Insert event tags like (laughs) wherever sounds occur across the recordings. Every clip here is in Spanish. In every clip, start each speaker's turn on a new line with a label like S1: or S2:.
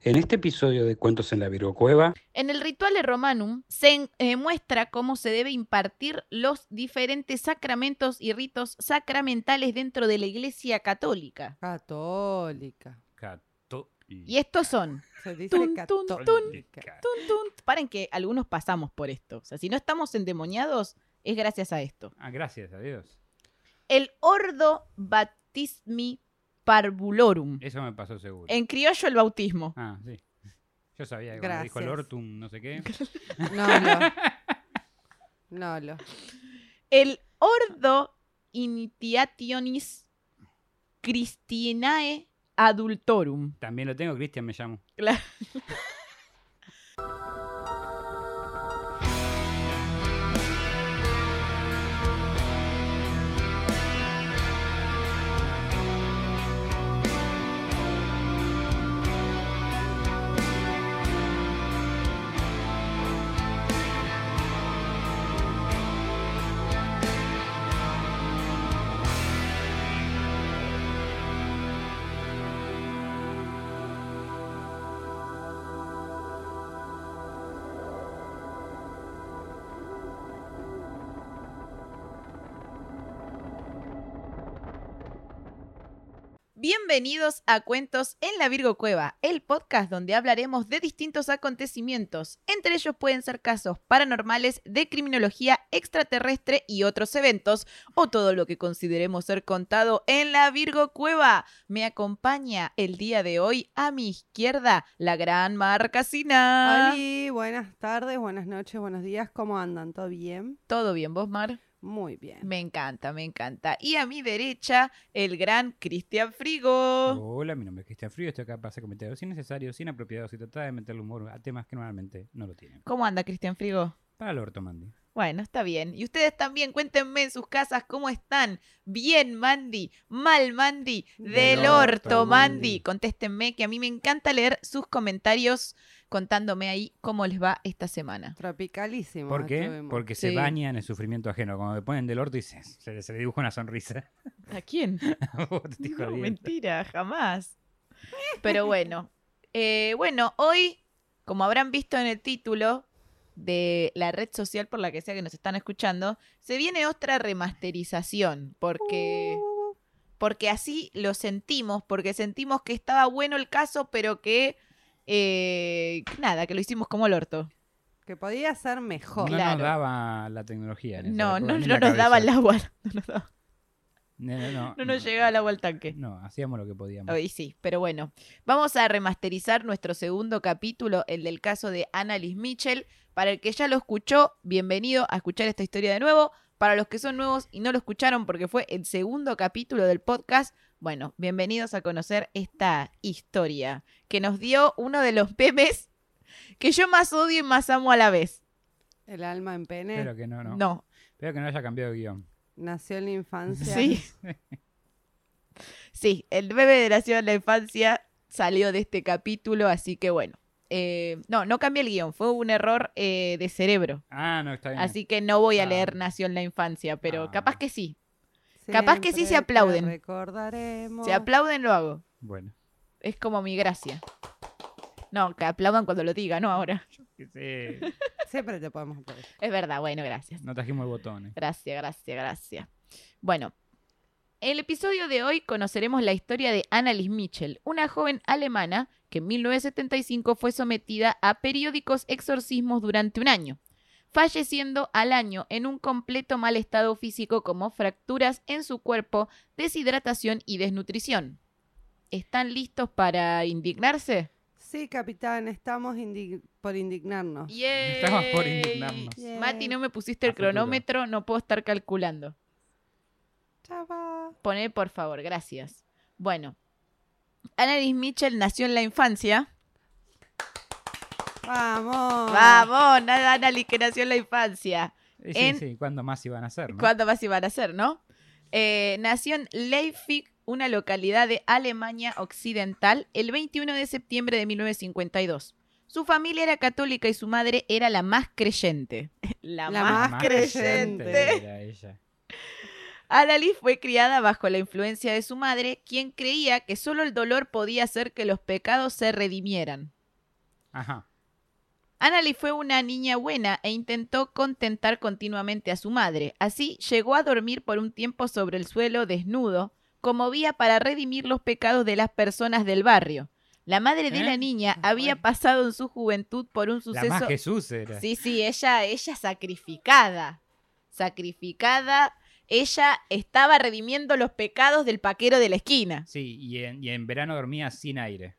S1: En este episodio de Cuentos en la Virgocueva,
S2: En el Rituale Romanum se en- eh, muestra cómo se debe impartir los diferentes sacramentos y ritos sacramentales dentro de la Iglesia Católica.
S3: Católica.
S4: Cato-
S2: Y estos son.
S3: Se dice
S2: Tun, tun, tun.
S3: católica.
S2: Tun, tun. Paren que algunos pasamos por esto. O sea, si no estamos endemoniados, es gracias a esto.
S4: Ah, gracias, adiós.
S2: El Ordo Baptismi Parvulorum.
S4: Eso me pasó seguro.
S2: En criollo, el bautismo.
S4: Ah, sí. Yo sabía que cuando dijo el
S3: Gracias.
S4: Hortum, no sé qué.
S3: No lo. No lo.
S2: El Ordo Initiationis Christianae Adultorum.
S4: También lo tengo, Cristian me llamo.
S2: Bienvenidos a Cuentos en la Virgo Cueva, el podcast donde hablaremos de distintos acontecimientos. Entre ellos pueden ser casos paranormales, de criminología extraterrestre y otros eventos, o todo lo que consideremos ser contado en la Virgo Cueva. Me acompaña el día de hoy a mi izquierda la gran Marcasina.
S3: Oli, buenas tardes, buenas noches, buenos días. ¿Cómo andan? ¿Todo bien?
S2: ¿Todo bien vos, Mar?
S3: Muy bien.
S2: Me encanta, me encanta. Y a mi derecha, el gran Cristian Frigo.
S4: Hola, mi nombre es Cristian Frío. Estoy acá para hacer comentarios innecesarios, inapropiados y tratar de meterle humor a temas que normalmente no lo tienen.
S2: ¿Cómo anda Cristian Frigo?
S4: Para el Horto, Mandy.
S2: Bueno, está bien. Y ustedes también, cuéntenme en sus casas cómo están. Bien, Mandy. Mal, Mandy. Del
S4: Del
S2: orto,
S4: orto,
S2: Mandy.
S4: Mandy.
S2: Contéstenme, que a mí me encanta leer sus comentarios contándome ahí cómo les va esta semana.
S3: Tropicalísimo.
S4: ¿Por qué?
S3: estuvimos.
S4: Porque
S2: Ah, Sí.
S4: se baña en el sufrimiento ajeno. Cuando me ponen del orto y se, se, le- se le dibuja una sonrisa. (laughs)
S2: ¿A (laughs) quién?
S4: Vos te estoy
S2: No,
S4: jodiendo.
S2: mentira, jamás. (laughs) Pero bueno, eh, bueno, hoy, como habrán visto en el título de la red social por la que sea que nos están escuchando, se viene otra remasterización, porque, porque así lo sentimos, porque sentimos que estaba bueno el caso, pero que eh, nada, que lo hicimos como el orto.
S3: Que podía ser
S4: no
S3: mejor.
S4: nos
S2: Claro.
S4: daba la tecnología. en esa
S2: No,
S4: época,
S2: no,
S4: ni
S2: no
S4: la
S2: nos daba el
S4: cabeza.
S2: agua, (laughs) no nos, daba-
S4: No, no, no,
S2: no nos llegaba el agua al tanque.
S4: No, hacíamos lo que podíamos.
S2: Hoy sí, pero bueno, vamos a remasterizar nuestro segundo capítulo, el del caso de Annalise Mitchell. Para el que ya lo escuchó, bienvenido a escuchar esta historia de nuevo. Para los que son nuevos y no lo escucharon porque fue el segundo capítulo del podcast, bueno, bienvenidos a conocer esta historia que nos dio uno de los memes que yo más odio y más amo a la vez.
S3: El alma en pene
S4: Espero que no, no.
S2: No,
S4: Espero que no haya cambiado de guión.
S3: nació en la infancia.
S2: sí. Sí, el meme de la ciudad de la infancia salió de este capítulo, así que bueno. Eh, no, no cambié el guión, fue un error eh, de cerebro.
S4: Ah, no, está bien.
S2: Así que no voy a
S4: Ah.
S2: leer Nació en la infancia, pero
S4: Ah.
S2: capaz que sí. Capaz que sí se
S3: Siempre te
S2: aplauden.
S3: Recordaremos.
S2: Si aplauden, lo hago.
S4: Bueno.
S2: Es como mi gracia. No, que aplaudan cuando lo diga, no ahora.
S4: Que se-
S3: Siempre te podemos aplaudir.
S2: Es verdad, bueno, gracias.
S4: No trajimos el botón. eh.
S2: Gracias, gracias, gracias. Bueno, en el episodio de hoy conoceremos la historia de Annalise Mitchell, una joven alemana que en 1975 fue sometida a periódicos exorcismos durante un año, falleciendo al año en un completo mal estado físico como fracturas en su cuerpo, deshidratación y desnutrición. ¿Están listos para indignarse?
S3: Sí, capitán, estamos indig- por indignarnos.
S4: Estamos por indignarnos.
S3: Yay.
S2: Mati, no me pusiste el
S4: A futuro.
S2: cronómetro, no puedo estar calculando.
S3: Chava.
S2: Poné, por favor, gracias. Bueno, Annalise Mitchell nació en la infancia.
S3: Vamos.
S2: Vamos, nada, Annalise que nació en la infancia.
S4: Eh, Sí,
S2: En-
S4: sí, ¿cuándo más iban a hacer? no?
S2: ¿Cuánto más iban a hacer, no? Eh, nació en Leipzig, una localidad de Alemania Occidental, el 21 de septiembre de 1952. Su familia era católica y su madre era la más creyente. (laughs) La,
S3: La
S2: más,
S3: más
S4: La
S2: creyente.
S4: era ella.
S2: Annalise fue criada bajo la influencia de su madre, quien creía que solo el dolor podía hacer que los pecados se redimieran.
S4: Ajá.
S2: Annalise fue una niña buena e intentó contentar continuamente a su madre. Así llegó a dormir por un tiempo sobre el suelo desnudo, como vía para redimir los pecados de las personas del barrio. La madre de
S4: ¿Eh?
S2: la niña
S4: Ah,
S2: había
S4: bueno.
S2: pasado en su juventud por un
S4: La más
S2: suceso
S4: Jesús era.
S2: Sí, sí, ella, ella sacrificada. Sacrificada. Ella estaba redimiendo los pecados del paquero de la esquina.
S4: Sí, y en, y en verano dormía sin aire.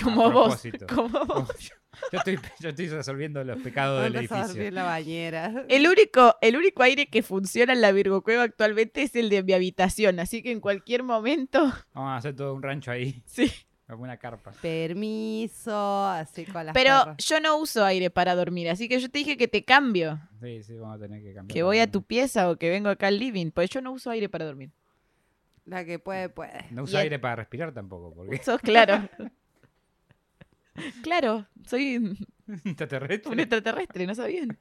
S2: Como vos.
S4: propósito. (laughs)
S2: Como vos.
S4: Yo estoy, yo estoy resolviendo los pecados del
S3: Empezó a
S4: edificio. Eh,
S3: abrir la bañera.
S2: El único, el único aire que funciona en la Virgo Cueva actualmente es el de mi habitación. Así que en cualquier momento.
S4: Vamos a hacer todo un rancho ahí,
S2: Sí.
S4: alguna carpa.
S3: (laughs) Permiso, así con las
S2: Pero
S3: perras.
S2: yo no uso aire para dormir. Así que yo te dije que te cambio.
S4: Sí, sí, vamos a tener que cambiar.
S2: Que voy a tu pieza o que vengo acá al living. Pues yo no uso aire para
S3: (laughs)
S2: dormir.
S3: La que puede, puede.
S4: No
S2: y
S4: usa
S2: el-
S4: aire para respirar tampoco, porque (laughs)
S2: Sos claro. claro, soy
S4: es extraterrestre.
S2: Un extraterrestre, no sabían.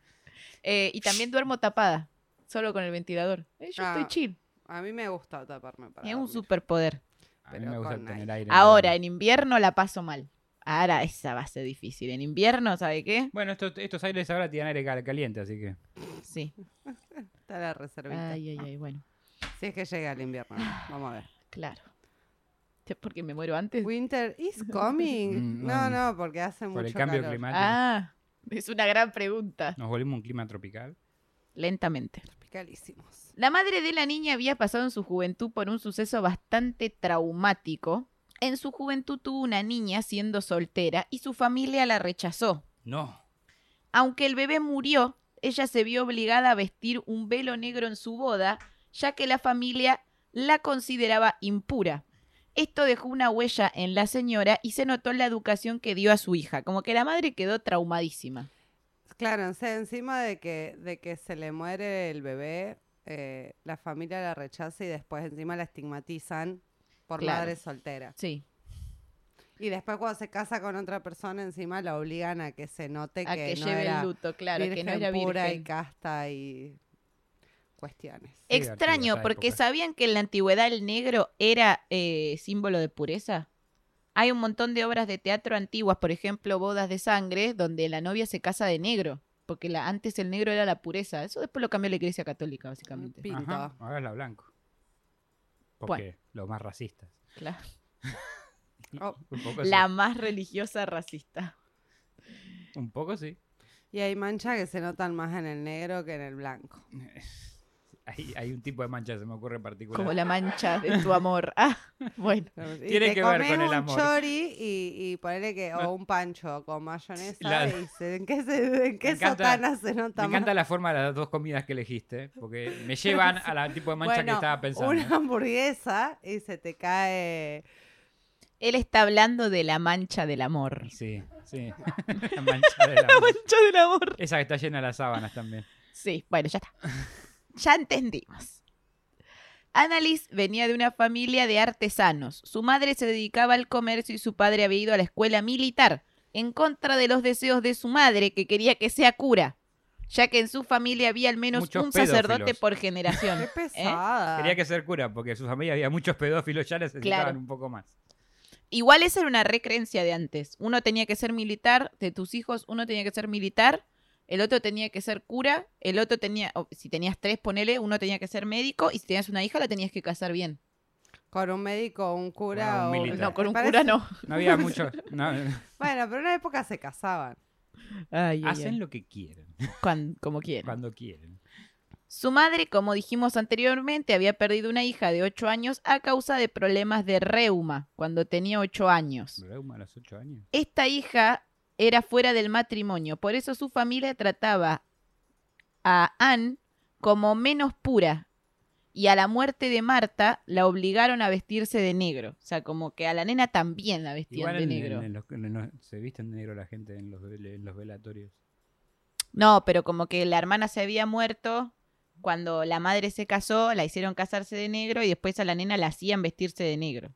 S2: Eh, y también duermo tapada, solo con el ventilador. Eh, yo estoy
S3: Ah,
S2: chill,
S3: A mí me gusta taparme para
S2: es un
S3: dormir.
S2: superpoder.
S4: A mí
S3: pero
S4: me gusta
S3: con
S4: tener
S3: aire.
S4: aire. en el
S2: Ahora,
S4: verano.
S2: en invierno la paso mal. Ahora esa va a ser difícil. En invierno, ¿sabe qué?
S4: Bueno, estos, estos aires ahora tienen aire cal- caliente, así que.
S2: Sí.
S3: Está la reservita.
S2: Ay, ay, ay, bueno.
S3: Si es que llega el invierno.
S4: Ah.
S3: Vamos a ver.
S4: (laughs)
S2: Claro. (laughs) ¿Es porque me muero antes?
S3: Winter is coming.
S4: Mm,
S3: No,
S4: mm.
S3: no, porque hace mucho
S4: Por el cambio
S3: calor.
S4: climático.
S2: Ah, (laughs) es una gran pregunta.
S4: Nos volvimos un clima tropical.
S2: Lentamente.
S3: Tropicalísimos.
S2: La madre de la niña había pasado en su juventud por un suceso bastante traumático. En su juventud tuvo una niña siendo soltera y su familia la rechazó.
S4: No.
S2: Aunque el bebé murió, ella se vio obligada a vestir un velo negro en su boda, ya que la familia la consideraba impura. Esto dejó una huella en la señora y se notó en la educación que dio a su hija, como que la madre quedó traumadísima.
S3: Claro, o sea, encima de que, de que se le muere el bebé, eh, la familia la rechaza y después encima la estigmatizan por
S2: Claro.
S3: madre soltera.
S2: Sí,
S3: Y después cuando se casa con otra persona, encima la obligan a que se note
S2: a
S3: que,
S2: que
S3: no
S2: lleve
S3: era
S2: el luto, claro, que
S3: virgen
S2: no era
S3: pura
S2: virgen.
S3: y casta y cuestiones.
S4: Qué divertida
S2: Extraño,
S4: esa
S2: porque
S4: época.
S2: sabían que en la antigüedad el negro era eh, símbolo de pureza. Hay un montón de obras de teatro antiguas, por ejemplo, Bodas de Sangre, donde la novia se casa de negro, porque la, antes el negro era la pureza. Eso después lo cambió la Iglesia Católica, básicamente.
S3: Pi- Pinto.
S4: Ajá, ahora es la blanco. Porque los más racistas.
S2: Claro.
S3: Oh,
S4: Un poco
S2: La más religiosa racista.
S4: sí. Un poco sí. (laughs)
S3: y hay manchas que se notan más en el negro que en el blanco.
S4: Hay, hay un tipo de mancha, se me ocurre en particular.
S2: Como la mancha de
S4: (laughs)
S2: tu amor. Ah, bueno.
S3: Y
S4: Tiene
S3: te
S4: que ver
S3: comes
S4: con el
S3: un
S4: amor.
S3: chori y, y ponele que,
S4: No.
S3: o un pancho con mayonesa
S4: La-
S3: y se- en qué, se- en qué
S4: Me encanta-
S3: sotana se
S4: Me
S3: nota más.
S4: encanta la forma de las dos comidas que elegiste, porque me llevan a la tipo de mancha que
S3: Bueno,
S4: estaba pensando.
S3: Una hamburguesa y se te cae.
S2: Él está hablando de la mancha del amor.
S4: Sí, sí. (laughs) La mancha
S3: (laughs)
S4: de la mancha.
S2: Mancha del amor.
S4: Esa que está llena de las sábanas también.
S2: Sí, bueno, ya está. Ya entendimos. Annalise venía de una familia de artesanos. Su madre se dedicaba al comercio y su padre había ido a la escuela militar, en contra de los deseos de su madre, que quería que sea cura, ya que en su familia había al menos
S4: Muchos
S2: un sacerdote
S4: pedófilos.
S2: por
S3: Qué
S2: generación.
S3: pesada.
S4: Tenía que ser cura, porque en su familia había muchos pedófilos, ya necesitaban
S2: Ah. Claro.
S4: un poco más.
S2: Igual esa era una recreencia de antes. Uno tenía que ser militar, de tus hijos uno tenía que ser militar, el otro tenía que ser cura, el otro tenía, o si tenías tres, ponele, uno tenía que ser médico y si tenías una hija la tenías que casar bien.
S3: Con un médico, un cura
S4: Con un
S3: o
S4: militar.
S2: No, con un
S3: Me
S2: cura
S3: parece-
S2: no.
S4: No
S2: (laughs)
S4: había muchos. no,
S3: Bueno, pero en una época se casaban.
S4: hacen lo que quieren,
S2: Cuan- como quieran.
S4: cuando quieren.
S2: Su madre, como dijimos anteriormente, había perdido una hija de 8 años a causa de problemas de reuma cuando tenía 8 años.
S4: Reuma a los ocho años.
S2: Esta hija era fuera del matrimonio, por eso su familia trataba a Anne como menos pura. Y a la muerte de Marta la obligaron a vestirse de negro. O sea, como que a la nena también la vestían
S4: Igual
S2: de
S4: en,
S2: negro.
S4: en- en los- en los- se visten de negro la gente en los, vel- en los velatorios.
S2: No, pero como que la hermana se había muerto, cuando la madre se casó, la hicieron casarse de negro y después a la nena la hacían vestirse de negro.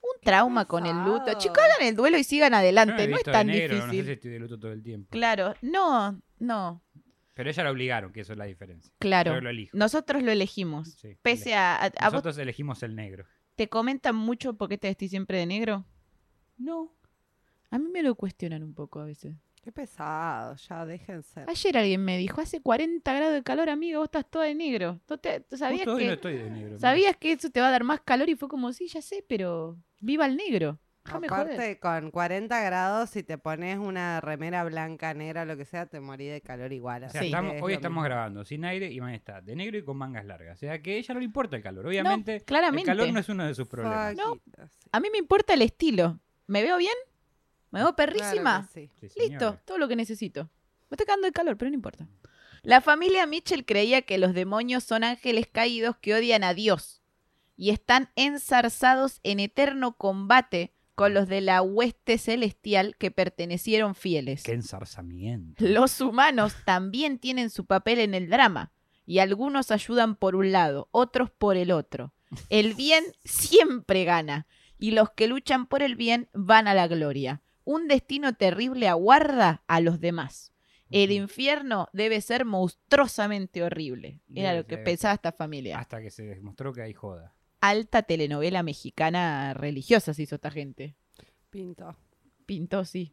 S2: Un trauma con el luto.
S3: pesado.
S2: Chicos, hagan el duelo y sigan
S4: Yo me
S2: adelante,
S4: he
S2: no es
S4: visto de
S2: tan
S4: negro, No
S2: difícil.
S4: sé si estoy de luto todo el tiempo.
S2: Claro, no, no.
S4: Pero ella la obligaron, que eso es la diferencia.
S2: Claro.
S4: Yo lo elijo.
S2: Nosotros lo elegimos.
S4: Sí,
S2: Pese
S4: ele-
S2: a, a- a vos
S4: Nosotros elegimos el negro.
S2: te comentan mucho por qué te vestís siempre de negro. No. A mí me lo cuestionan un poco a veces.
S3: Qué pesado, ya déjense.
S2: Ayer alguien me dijo, hace 40 grados de calor, amigo, vos estás toda de negro. ¿No te- tú sabías
S4: Justo hoy no
S2: que,
S4: estoy de negro.
S2: sabías que eso te va a dar más calor? Y fue como, sí, ya sé, pero viva el negro. Déjame joder.
S3: Aparte, con 40 grados, si te pones una remera blanca, negra, lo que sea, te morí de calor igual.
S4: O sea,
S3: así que
S4: estamos-
S3: es
S4: hoy
S3: lo
S4: estamos
S3: mismo.
S4: grabando sin aire y mañana está de negro y con mangas largas. O sea que a ella no le importa el calor.
S2: No,
S4: Obviamente, el
S2: claramente.
S4: calor no es uno de sus problemas.
S3: Fuckito, sí.
S2: A mí me importa el estilo. ¿Me veo bien? ¿Me veo
S3: Claro que
S2: perrísima?
S3: sí.
S4: Sí, señora.
S2: Listo, todo lo que necesito. Me está cagando de calor, pero no importa. La familia Mitchell creía que los demonios son ángeles caídos que odian a Dios y están enzarzados en eterno combate con los de la hueste celestial que pertenecieron fieles.
S4: Qué ensarzamiento.
S2: Los humanos también tienen su papel en el drama y algunos ayudan por un lado, otros por el otro. El bien siempre gana y los que luchan por el bien van a la gloria. Un destino terrible aguarda a los demás. El infierno debe ser monstruosamente horrible. Era
S4: Debe
S2: lo que
S4: ser.
S2: pensaba esta familia.
S4: Hasta que se demostró que hay joda.
S2: Alta telenovela mexicana religiosa se hizo esta gente.
S3: Pinto.
S2: Pintó, sí.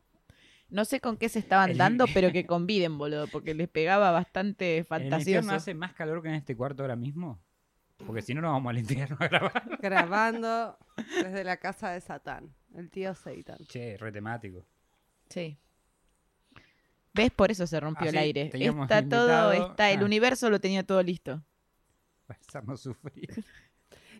S2: No sé con qué se estaban dando,
S4: (laughs)
S2: pero que conviden, boludo, porque les pegaba
S4: ¿En
S2: bastante
S4: el infierno
S2: fantasioso.
S4: hace más calor que en este cuarto ahora mismo? Porque si no, nos vamos al infierno a
S2: (laughs)
S4: grabar.
S3: Grabando desde la casa de Satán, el tío Seitan.
S4: Che, re temático.
S2: Sí. ¿Ves? Por eso se rompió el
S4: Así
S2: aire.
S4: teníamos
S2: Está
S4: invitado-
S2: todo, está, el
S4: Ah.
S2: universo lo tenía todo listo.
S4: Pasamos sufrir.
S2: (laughs)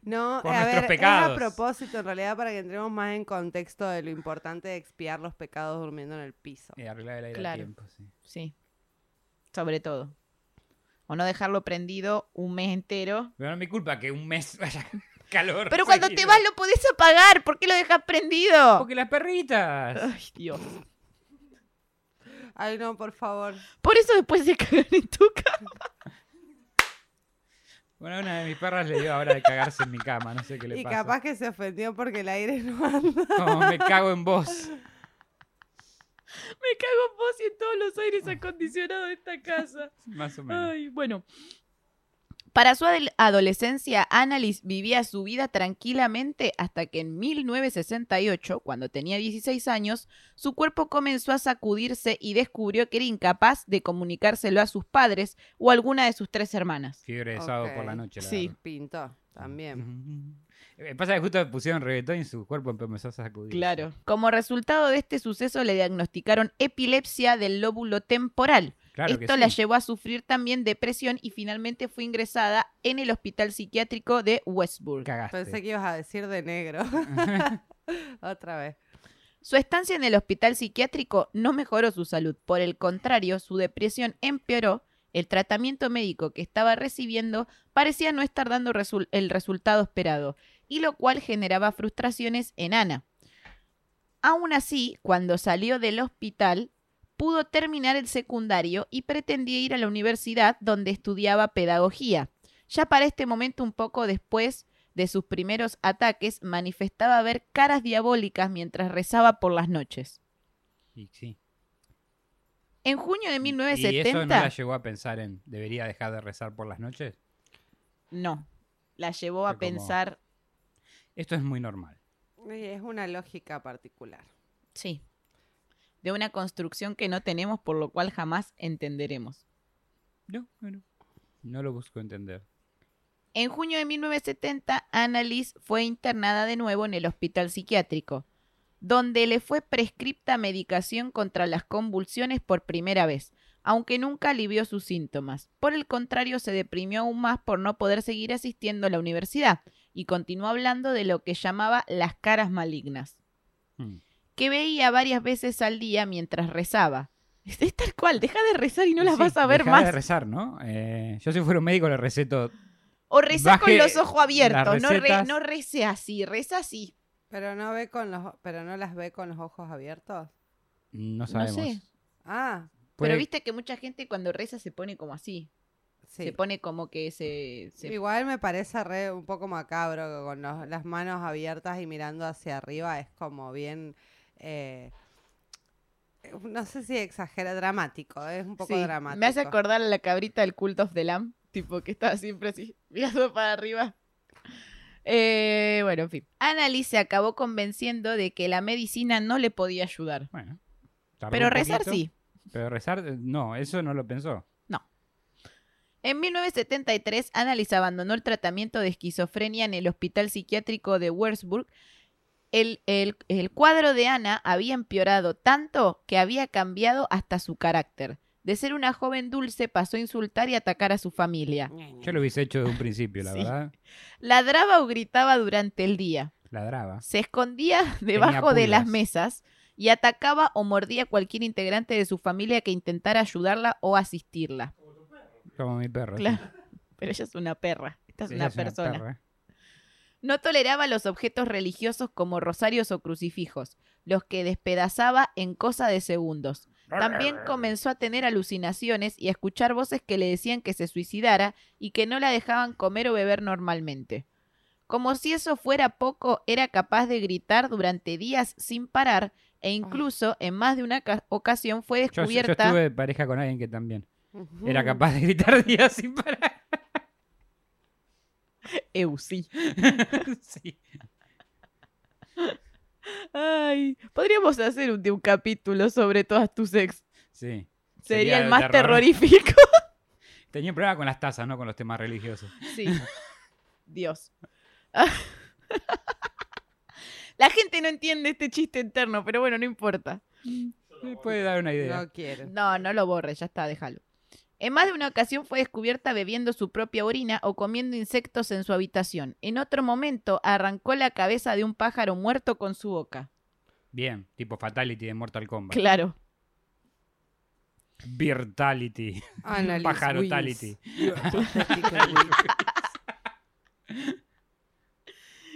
S3: No, eh,
S4: Por
S3: a
S4: nuestros
S3: ver, es
S4: pecados.
S3: a propósito, en realidad, para que entremos más en contexto de lo importante de expiar los pecados durmiendo en el piso.
S4: Eh, arreglar el aire
S2: Claro.
S4: a tiempo, sí.
S2: Sí. Sobre todo. O no dejarlo prendido un mes entero.
S4: Pero no es mi culpa que un mes haya (laughs) calor.
S2: Pero cuando te
S4: seguido.
S2: vas lo podés apagar. ¿Por qué lo dejas prendido?
S4: Porque las perritas.
S2: Ay, Dios.
S3: Ay, no, por favor.
S2: Por eso después se (laughs) cagan en tu cama.
S4: Bueno, una de mis perras le dio ahora de cagarse en mi cama. No sé qué le
S3: Y
S4: pasa.
S3: capaz que se ofendió porque el aire no (laughs) anda.
S4: (laughs) Como me cago en vos.
S2: Me cago en vos y en todos los aires acondicionados de esta casa.
S4: Más o menos.
S2: Ay, bueno. Para su adel- adolescencia, Annalise vivía su vida tranquilamente hasta que en 1968, cuando tenía 16 años, su cuerpo comenzó a sacudirse y descubrió que era incapaz de comunicárselo a sus padres o alguna de sus tres hermanas.
S4: Fiebre de sábado por
S3: Ok.
S4: la noche. la
S2: Sí.
S4: agarro.
S3: Pinto, también.
S4: Eh, Pasa que justo pusieron reggaetón y su cuerpo empezó a sacudir.
S2: Claro. Como resultado de este suceso, le diagnosticaron epilepsia del lóbulo temporal,
S4: Claro que
S2: Esto
S4: sí.
S2: la llevó a sufrir también depresión y finalmente fue ingresada en el hospital psiquiátrico de Westburg.
S4: Cagaste.
S3: Pensé que ibas a decir de
S4: (laughs)
S3: negro. (laughs) Otra vez.
S2: Su estancia en el hospital psiquiátrico no mejoró su salud, por el contrario, su depresión empeoró. El tratamiento médico que estaba recibiendo parecía no estar dando resul- el resultado esperado, y lo cual generaba frustraciones en Ana. Aún así, cuando salió del hospital, pudo terminar el secundario y pretendía ir a la universidad donde estudiaba pedagogía. Ya para este momento, un poco después, de sus primeros ataques manifestaba ver caras diabólicas mientras rezaba por las noches.
S4: Y, sí.
S2: En junio
S4: ¿Y
S2: de
S4: eso no la
S2: 1970,
S4: llevó a pensar en debería dejar de rezar por las noches?
S2: no, la llevó a
S4: Fue como-
S2: pensar,
S4: Esto es muy normal.
S3: Y es una lógica particular.
S2: sí, de una construcción que no tenemos por lo cual jamás entenderemos.
S4: No, no, no. No lo busco entender.
S2: En junio de 1970, Annalise fue internada de nuevo en el hospital psiquiátrico, donde le fue prescripta medicación contra las convulsiones por primera vez, aunque nunca alivió sus síntomas. Por el contrario, se deprimió aún más por no poder seguir asistiendo a la universidad y continuó hablando de lo que llamaba las caras malignas,
S4: Hmm.
S2: que veía varias veces al día mientras rezaba. (laughs) Es tal cual, deja de rezar y no las
S4: Sí,
S2: vas a ver
S4: dejá de
S2: más.
S4: rezar, ¿no? Eh, yo si fuera un médico le receto.
S2: O reza con
S4: Baje
S2: los ojos abiertos,
S4: las
S2: no, re,
S4: recetas.
S2: no rece así, reza así.
S3: Pero no ve con los, pero no las ve con los ojos abiertos.
S4: No sabemos.
S2: sé.
S3: Ah,
S4: Puede-
S2: Pero viste que mucha gente cuando reza se pone como así.
S3: sí.
S2: Se pone como que se. se-
S3: Igual me parece re un poco macabro que con los- las manos abiertas y mirando hacia arriba es como bien eh, no sé si exagera, dramático, es un poco
S2: Sí,
S3: dramático.
S2: Me hace acordar a la cabrita del Cult of the Lamb, tipo que estaba siempre así, (laughs) mirando para arriba. Eh, bueno, en fin. Annalise se acabó convenciendo de que la medicina no le podía ayudar.
S4: Bueno. tardó
S2: Pero
S4: un
S2: rezar
S4: poquito,
S2: sí.
S4: Pero rezar, eh, no, eso no lo pensó.
S2: En 1973, Annalise abandonó el tratamiento de esquizofrenia en el hospital psiquiátrico de Würzburg. El, el- el cuadro de Ana había empeorado tanto que había cambiado hasta su carácter. De ser una joven dulce pasó a insultar y atacar a su familia.
S4: Yo lo hubiese hecho de un principio, la
S2: Sí.
S4: verdad.
S2: Ladraba o gritaba durante el día.
S4: Ladraba.
S2: Se escondía debajo de las
S4: pulgas.
S2: mesas y atacaba o mordía a cualquier integrante de su familia que intentara ayudarla o asistirla.
S4: Como mi perro.
S2: Claro. (laughs) Pero ella es una perra. Esta es
S4: Ella
S2: una
S4: es una
S2: persona.
S4: perra.
S2: No toleraba los objetos religiosos como rosarios o crucifijos, los que despedazaba en cosa de segundos. También comenzó a tener alucinaciones y a escuchar voces que le decían que se suicidara y que no la dejaban comer o beber normalmente. Como si eso fuera poco, era capaz de gritar durante días sin parar e incluso en más de una ca- ocasión fue
S4: Yo, yo
S2: descubierta... Uh.
S4: estuve de pareja con alguien que también
S3: Ujú.
S4: era capaz de gritar (laughs) días sin parar.
S2: Eu, sí.
S4: Sí.
S2: Ay, podríamos hacer un, un capítulo sobre todas tus ex.
S4: sí.
S2: Sería, el
S4: de
S2: más
S4: terror.
S2: terrorífico.
S4: Tenía un problema con las tazas, no con los temas religiosos.
S2: Sí. Dios. (laughs) La gente no entiende este chiste interno, pero bueno, no importa.
S4: Me puede dar una idea.
S3: No quiero.
S2: No, no lo borres, ya está, déjalo. En más de una ocasión fue descubierta bebiendo su propia orina o comiendo insectos en su habitación. En otro momento arrancó la cabeza de un pájaro muerto con su boca.
S4: Bien, tipo Fatality de Mortal Kombat.
S2: Claro.
S4: Virtality. (laughs)
S3: Annalise
S4: Pájaro
S3: Wills. (laughs)
S4: tality. (laughs)
S3: You are pathetic and weak.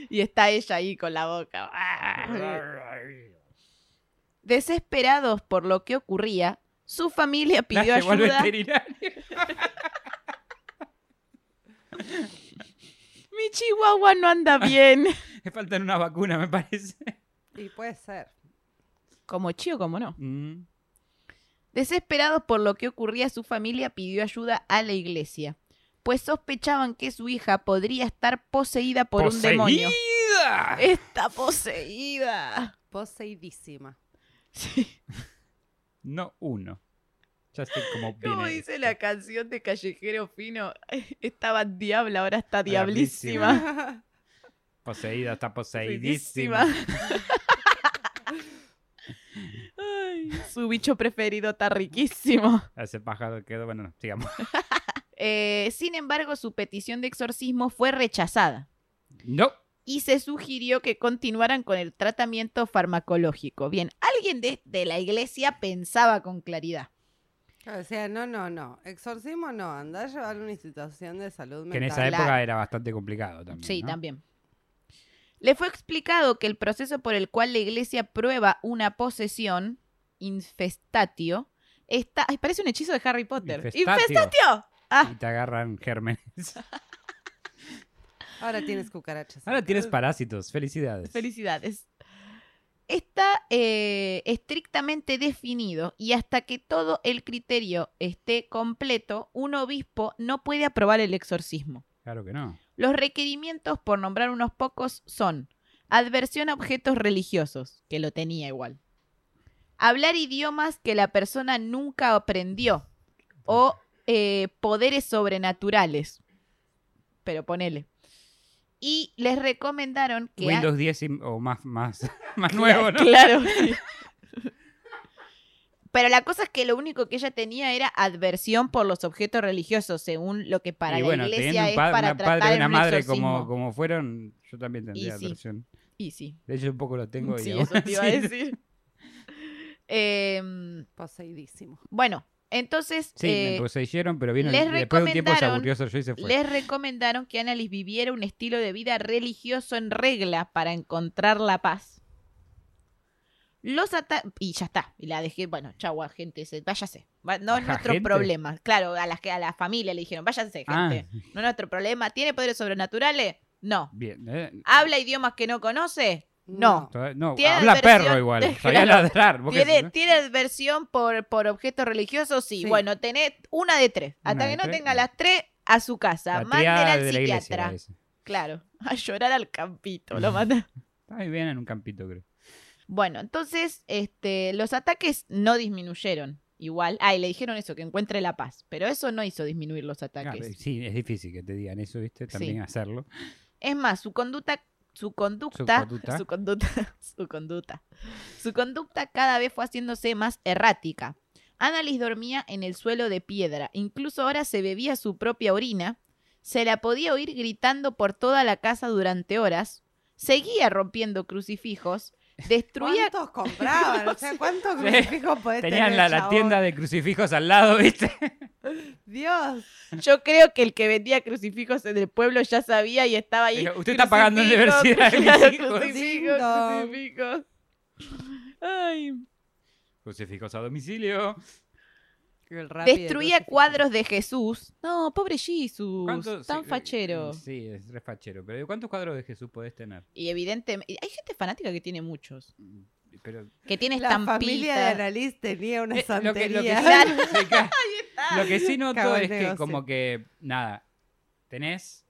S2: Y está ella ahí con la boca. ¡Ah! Desesperados por lo que ocurría, su familia
S4: La
S2: (laughs) pidió
S4: llevó al
S2: ayuda.
S4: veterinario. (laughs)
S2: Mi chihuahua no anda bien.
S4: Le faltan una vacuna, me parece. (laughs)
S3: Y puede ser.
S2: Como chío, como no.
S4: Mm.
S2: Desesperados por lo que ocurría, su familia pidió ayuda a la iglesia, pues sospechaban que su hija podría estar poseída por
S4: ¡Poseída! Eh.
S2: un demonio. Está poseída. (laughs)
S3: Poseidísima.
S2: Sí,
S4: No uno. Ya estoy como bien.
S2: como
S4: ahí.
S2: dice la canción de Callejero Fino, (laughs) estaba diabla, ahora está
S4: Diablísima.
S2: diablísima.
S4: Poseída, está poseidísima.
S2: Poseidísima. Ay, su bicho preferido está riquísimo.
S4: Ese pájaro quedó. Bueno, no, sigamos.
S2: Eh, sin embargo, su petición de exorcismo fue rechazada.
S4: No.
S2: y se sugirió que continuaran con el tratamiento farmacológico. Bien, alguien de, de la iglesia pensaba con claridad.
S3: O sea, no, no, no. Exorcismo no. Andá a llevar a una institución de salud mental.
S4: Que en esa
S2: Claro.
S4: época era bastante complicado también.
S2: sí,
S4: ¿no?
S2: también. Le fue explicado que el proceso por el cual la iglesia prueba una posesión, infestatio, está... Ay, parece un hechizo de Harry Potter.
S4: Infestatio.
S2: ¡Infestatio! Ah,
S4: Y te agarran gérmenes.
S3: Ahora tienes cucarachas.
S4: Ahora tienes parásitos. Felicidades.
S2: felicidades. Está eh, estrictamente definido y hasta que todo el criterio esté completo, un obispo no puede aprobar el exorcismo.
S4: Claro que no.
S2: Los requerimientos, por nombrar unos pocos, son adversión a objetos religiosos, que lo tenía igual. Hablar idiomas que la persona nunca aprendió. O eh, poderes sobrenaturales. Pero ponele. Y les recomendaron que...
S4: Windows 10 y- o más,
S2: (laughs)
S4: más, (laughs) más nuevo, ¿no?
S2: Claro. sí. Pero la cosa es que lo único que ella tenía era adversión por los objetos religiosos, según lo que para
S4: y
S2: la
S4: bueno,
S2: iglesia
S4: teniendo un
S2: es
S4: pa-
S2: para
S4: una padre
S2: tratar
S4: y una
S2: un
S4: madre
S2: exorcismo.
S4: como, como fueron, yo también tendría
S2: sí.
S4: adversión.
S2: Y sí.
S4: De hecho, un poco lo tengo. y
S2: Sí,
S4: aún
S2: eso te iba
S4: (laughs)
S2: a
S4: así-
S2: decir. Em,
S3: Poseidísimo.
S2: bueno, entonces
S4: Sí,
S2: eh,
S4: me poseyeron, pero vino
S2: les
S4: después de un tiempo se
S2: recomendaron-
S4: aburrió Sergio y se fue.
S2: les recomendaron que Annalise viviera un estilo de vida religioso en regla para encontrar la paz. Los ata y ya está, y la dejé, bueno, chau, a gente, se- váyase. Va- No es
S4: Ajá,
S2: nuestro
S4: gente.
S2: problema. Claro, a la, a la familia le dijeron, váyanse,
S4: Ah.
S2: gente. No es nuestro problema. ¿Tiene poderes sobrenaturales? No.
S4: Bien. eh,
S2: ¿Habla idiomas que no conoce? No.
S4: Toda- No,
S2: Tiene
S4: habla
S2: versión-
S4: perro
S2: (laughs)
S4: igual. Sabía ladrar. vos qué
S2: ¿Tiene,
S4: sé, ¿no?
S2: tiene adversión por, por objetos religiosos? Sí.
S3: Sí.
S2: Bueno, tenés una de tres.
S4: Una
S2: Hasta
S4: de
S2: que no
S4: tres,
S2: tenga
S4: no.
S2: las tres a su casa.
S4: La
S2: Mándela
S4: triada
S2: al
S4: de la iglesia era
S2: psiquiatra.
S4: esa.
S2: Claro. (laughs) A llorar al campito.
S4: (laughs)
S2: Lo manda.
S4: Ay, bien en un campito, creo.
S2: Bueno, entonces, este, los ataques no disminuyeron. Igual. Ah, y le dijeron eso, que encuentre la paz. Pero eso no hizo disminuir los
S4: Ah,
S2: ataques.
S4: sí, es difícil que te digan eso, ¿viste?
S2: Sí.
S4: También hacerlo.
S2: Es más, su conducta, su conducta,
S4: conducta.
S2: su conducta, (laughs) su conducta, su conducta cada vez fue haciéndose más errática. Annalise dormía en el suelo de piedra, incluso ahora se bebía su propia orina, se la podía oír gritando por toda la casa durante horas, seguía
S4: (laughs)
S2: rompiendo crucifijos, destruía
S3: ¿Cuántos compraban? O sea, ¿cuántos
S4: Sí.
S3: crucifijos podés
S4: Tenían
S3: tener,
S4: la, la
S3: chabón?
S4: tienda de crucifijos al lado, ¿viste?
S3: Dios.
S2: Yo creo que el que vendía crucifijos en el pueblo ya sabía y estaba ahí.
S4: Pero usted está pagando universidad de mis hijos.
S2: crucifijos,
S3: Ding dong.
S2: crucifijos. Ay.
S4: Crucifijos a domicilio.
S3: El rap y el
S2: Destruía
S3: crucifijo.
S2: cuadros de Jesús. No, pobre Jesús.
S4: ¿Cuántos-
S2: Tan
S4: sí, eh,
S2: fachero.
S4: Sí, es re fachero. Pero ¿cuántos cuadros de Jesús podés tener? Mm,
S2: Y evidentemente. Hay gente fanática que tiene muchos.
S4: Pero
S2: Que tiene
S3: La familia de
S2: estampitas.
S3: Annalise tenía una
S4: Eh, lo que- lo que
S3: santería.
S2: Claro.
S4: (laughs) sí- ca- lo que sí noto
S3: Cago en
S4: es que
S3: negocio.
S4: como que, nada, tenés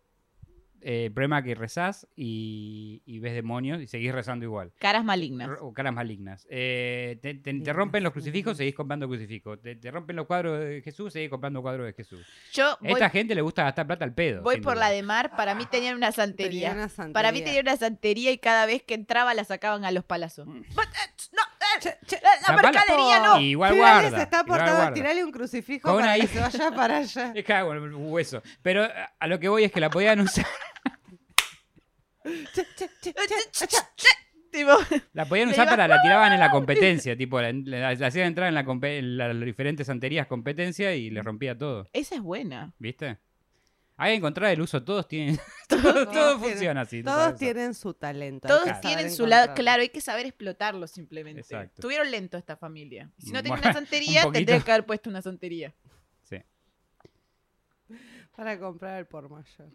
S4: eh, el problema que rezás y, y ves demonios y seguís rezando igual.
S2: Caras malignas.
S4: O caras malignas. Eh, te, te- te
S3: Malignas,
S4: rompen los crucifijos,
S3: malignas.
S4: seguís comprando crucifijos. Te, te rompen los cuadros de Jesús, seguís comprando cuadros de Jesús.
S2: Yo
S4: A
S2: voy,
S4: esta gente le gusta gastar plata al pedo.
S2: voy
S4: sin
S2: por
S4: duda.
S2: la de mar. Para mí tenían una
S3: Tenía
S2: santería.
S3: una santería.
S2: Para mí tenía una santería y cada vez que entraba la sacaban a los palazos.
S4: Mm.
S2: But, eh, no, eh,
S3: Che, che,
S2: la
S4: Tapala.
S2: mercadería no.
S4: Igual
S3: Tirale,
S4: guarda.
S3: se está
S4: igual
S3: portando,
S4: guarda.
S3: tirale un crucifijo
S4: Con
S3: para
S4: ahí.
S3: que se vaya para
S4: (laughs)
S3: allá.
S4: Me cago en el hueso. Pero eh, a lo que voy es que la podían usar, (laughs)
S3: Che, che, che,
S2: Eh,
S3: che, che.
S2: Tipo, (laughs)
S4: la podían
S2: Le
S4: usar
S2: iba-
S4: para la tiraban en la competencia, tipo la, la- la hacían entrar en, la compe- en las diferentes santerías competencia y les rompía todo,
S2: Esa es buena.
S4: ¿viste? Hay que encontrar el uso, todos tienen, (laughs) todo, todo
S3: tienen-
S4: funciona así. tú
S3: Todos
S4: sabes eso. (laughs)
S3: tienen su talento. hay
S2: Todos
S3: que saber
S2: tienen su lado,
S3: encontrarlo.
S2: claro, hay que saber explotarlo simplemente.
S4: Exacto.
S2: Tuvieron lento esta familia. Si no
S4: Mm,
S2: tenía
S4: bueno,
S2: una
S4: (laughs)
S2: santería,
S4: un
S2: tendría
S4: poquito.
S2: que haber puesto una santería.
S4: Sí.
S3: Para comprar el por mayor.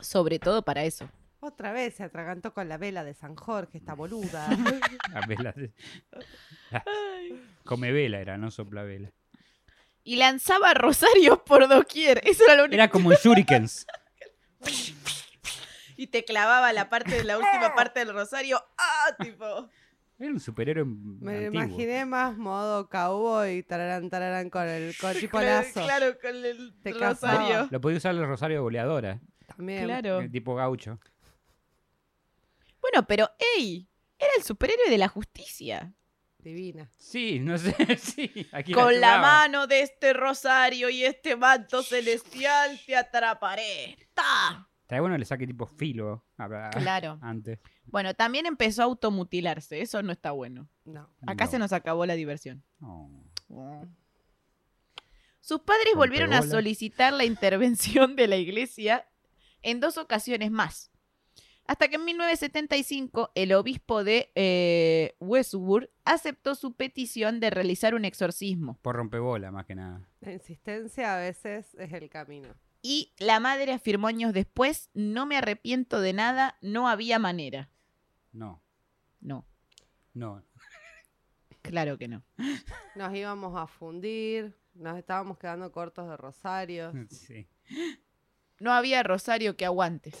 S2: Sobre todo para eso.
S3: Otra vez se atragantó con la vela de San Jorge, esta
S4: (laughs)
S3: boluda.
S4: A ver, la- la- come vela era, no sopla vela.
S2: Y lanzaba rosarios (laughs) por doquier. Eso era lo único.
S4: Era como shurikens.
S2: Y te clavaba la parte de la
S4: (laughs)
S2: última parte del rosario. ¡Ah! Tipo.
S4: Era un superhéroe
S3: Me lo
S4: antiguo.
S3: imaginé más modo cowboy, tararán, tararán,
S2: (laughs)
S3: con el
S2: Claro,
S3: cochipolazo.
S2: claro, con el
S3: Te
S2: rosario.
S4: Lo podía usar el rosario de goleadora,
S3: También.
S2: Claro.
S4: eh, tipo gaucho.
S2: Bueno, pero ¡ey! Era el superhéroe de la justicia.
S3: Divina.
S4: Sí, no sé, (laughs) sí. aquí
S2: Con la
S4: ayudaba.
S2: mano de este rosario y este manto celestial te atraparé. ¡Ta!
S4: Estaría bueno que le saque tipo filo a- a-
S2: Claro.
S4: antes.
S2: Bueno, también empezó a automutilarse, eso no está bueno.
S3: No.
S2: Acá
S4: No.
S2: se nos acabó la diversión.
S4: No.
S2: Sus padres
S4: Rompe
S2: volvieron a
S4: bola.
S2: solicitar la intervención de la iglesia en dos ocasiones más. Hasta que en 1975 el obispo de eh, Westwood aceptó su petición de realizar un exorcismo.
S4: Por rompebola, más que nada.
S3: La insistencia a veces es el camino.
S2: Y la madre afirmó años después, no me arrepiento de nada, no había manera.
S4: No,
S2: No,
S4: no. (laughs)
S2: claro que no.
S3: Nos íbamos a fundir, nos estábamos quedando cortos de rosarios.
S4: Sí.
S2: No había rosario que aguante.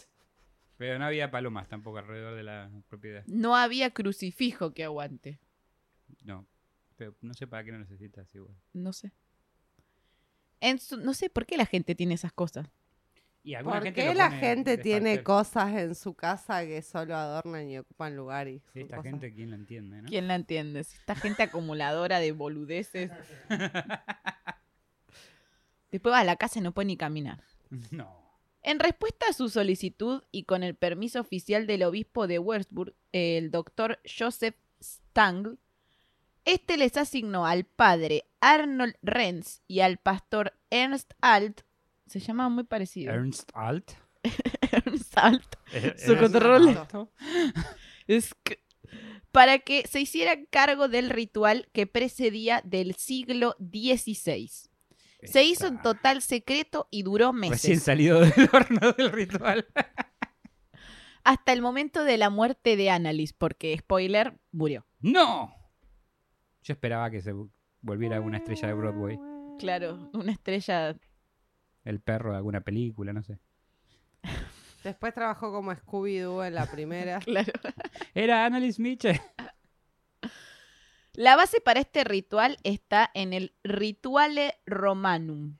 S4: Pero no había palomas tampoco alrededor de la propiedad.
S2: No había crucifijo que aguante.
S4: No. Pero no sé para qué lo necesitas igual.
S2: No sé. En su- no sé por qué la gente tiene esas cosas.
S4: Y alguna
S3: ¿Por
S4: gente
S3: qué
S4: lo
S3: la
S4: pone
S3: gente
S4: de
S3: tiene
S4: cartel.
S3: cosas en su casa que solo adornan y ocupan lugar? Y son
S4: Esta
S3: cosas-
S4: gente, ¿quién la entiende, no?
S2: ¿Quién la entiende? Si Esta gente acumuladora de boludeces. Después va a la casa y no puede ni caminar.
S4: (laughs) No.
S2: En respuesta a su solicitud y con el permiso oficial del obispo de Würzburg, el doctor Joseph Stangl, este les asignó al padre Arnold Renz y al pastor Ernst Alt, se llamaban muy parecido,
S4: Ernst Alt.
S2: (laughs)
S4: Eh,
S2: Ernst Alt, Su
S4: Ernst
S2: control.
S4: Alt.
S2: Es que- para que se hicieran cargo del ritual que precedía del siglo XVI. Se hizo en
S4: Está
S2: total secreto y duró
S4: Recién (laughs)
S2: meses.
S4: salido del horno del ritual.
S2: hasta el momento de la muerte de Annalise, porque, spoiler, murió.
S4: ¡No! Yo esperaba que se volviera una estrella de Broadway.
S2: Claro, una estrella.
S4: El perro de alguna película, no sé.
S3: Después trabajó como Scooby-Doo en la
S2: (laughs)
S3: primera.
S2: Claro.
S4: Era Annalise Mitchell.
S2: La base para este ritual está en el Rituale Romanum,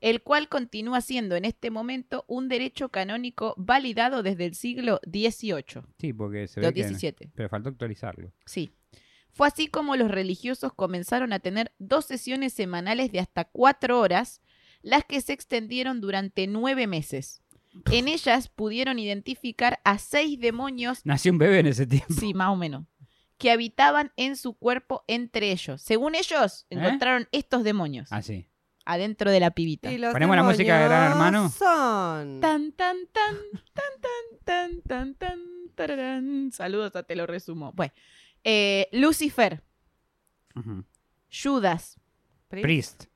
S2: el cual continúa siendo en este momento un derecho canónico validado desde el siglo XVIII.
S4: Sí, porque se
S2: Los
S4: ve que...
S2: 17.
S4: Pero faltó actualizarlo.
S2: Sí. Fue así como los religiosos comenzaron a tener dos sesiones semanales de hasta cuatro horas, las que se extendieron durante nueve meses. En ellas pudieron identificar a
S4: (laughs)
S2: seis demonios,
S4: (laughs) Nació un bebé en ese tiempo.
S2: sí, más o menos, que habitaban en su cuerpo entre ellos. Según ellos,
S4: ¿Eh?
S2: encontraron estos demonios
S4: Ah, sí.
S2: adentro de la pibita.
S3: Y los
S4: ¿Ponemos la música de Gran Hermano?
S3: demonios Son.
S2: Tan, tan, tan, tan, tan, tan, tan, tan, tararán. Saludos, a te lo resumo. Bueno, eh, Lucifer,
S4: Ujú.
S2: Judas,
S3: (laughs)
S4: Priest.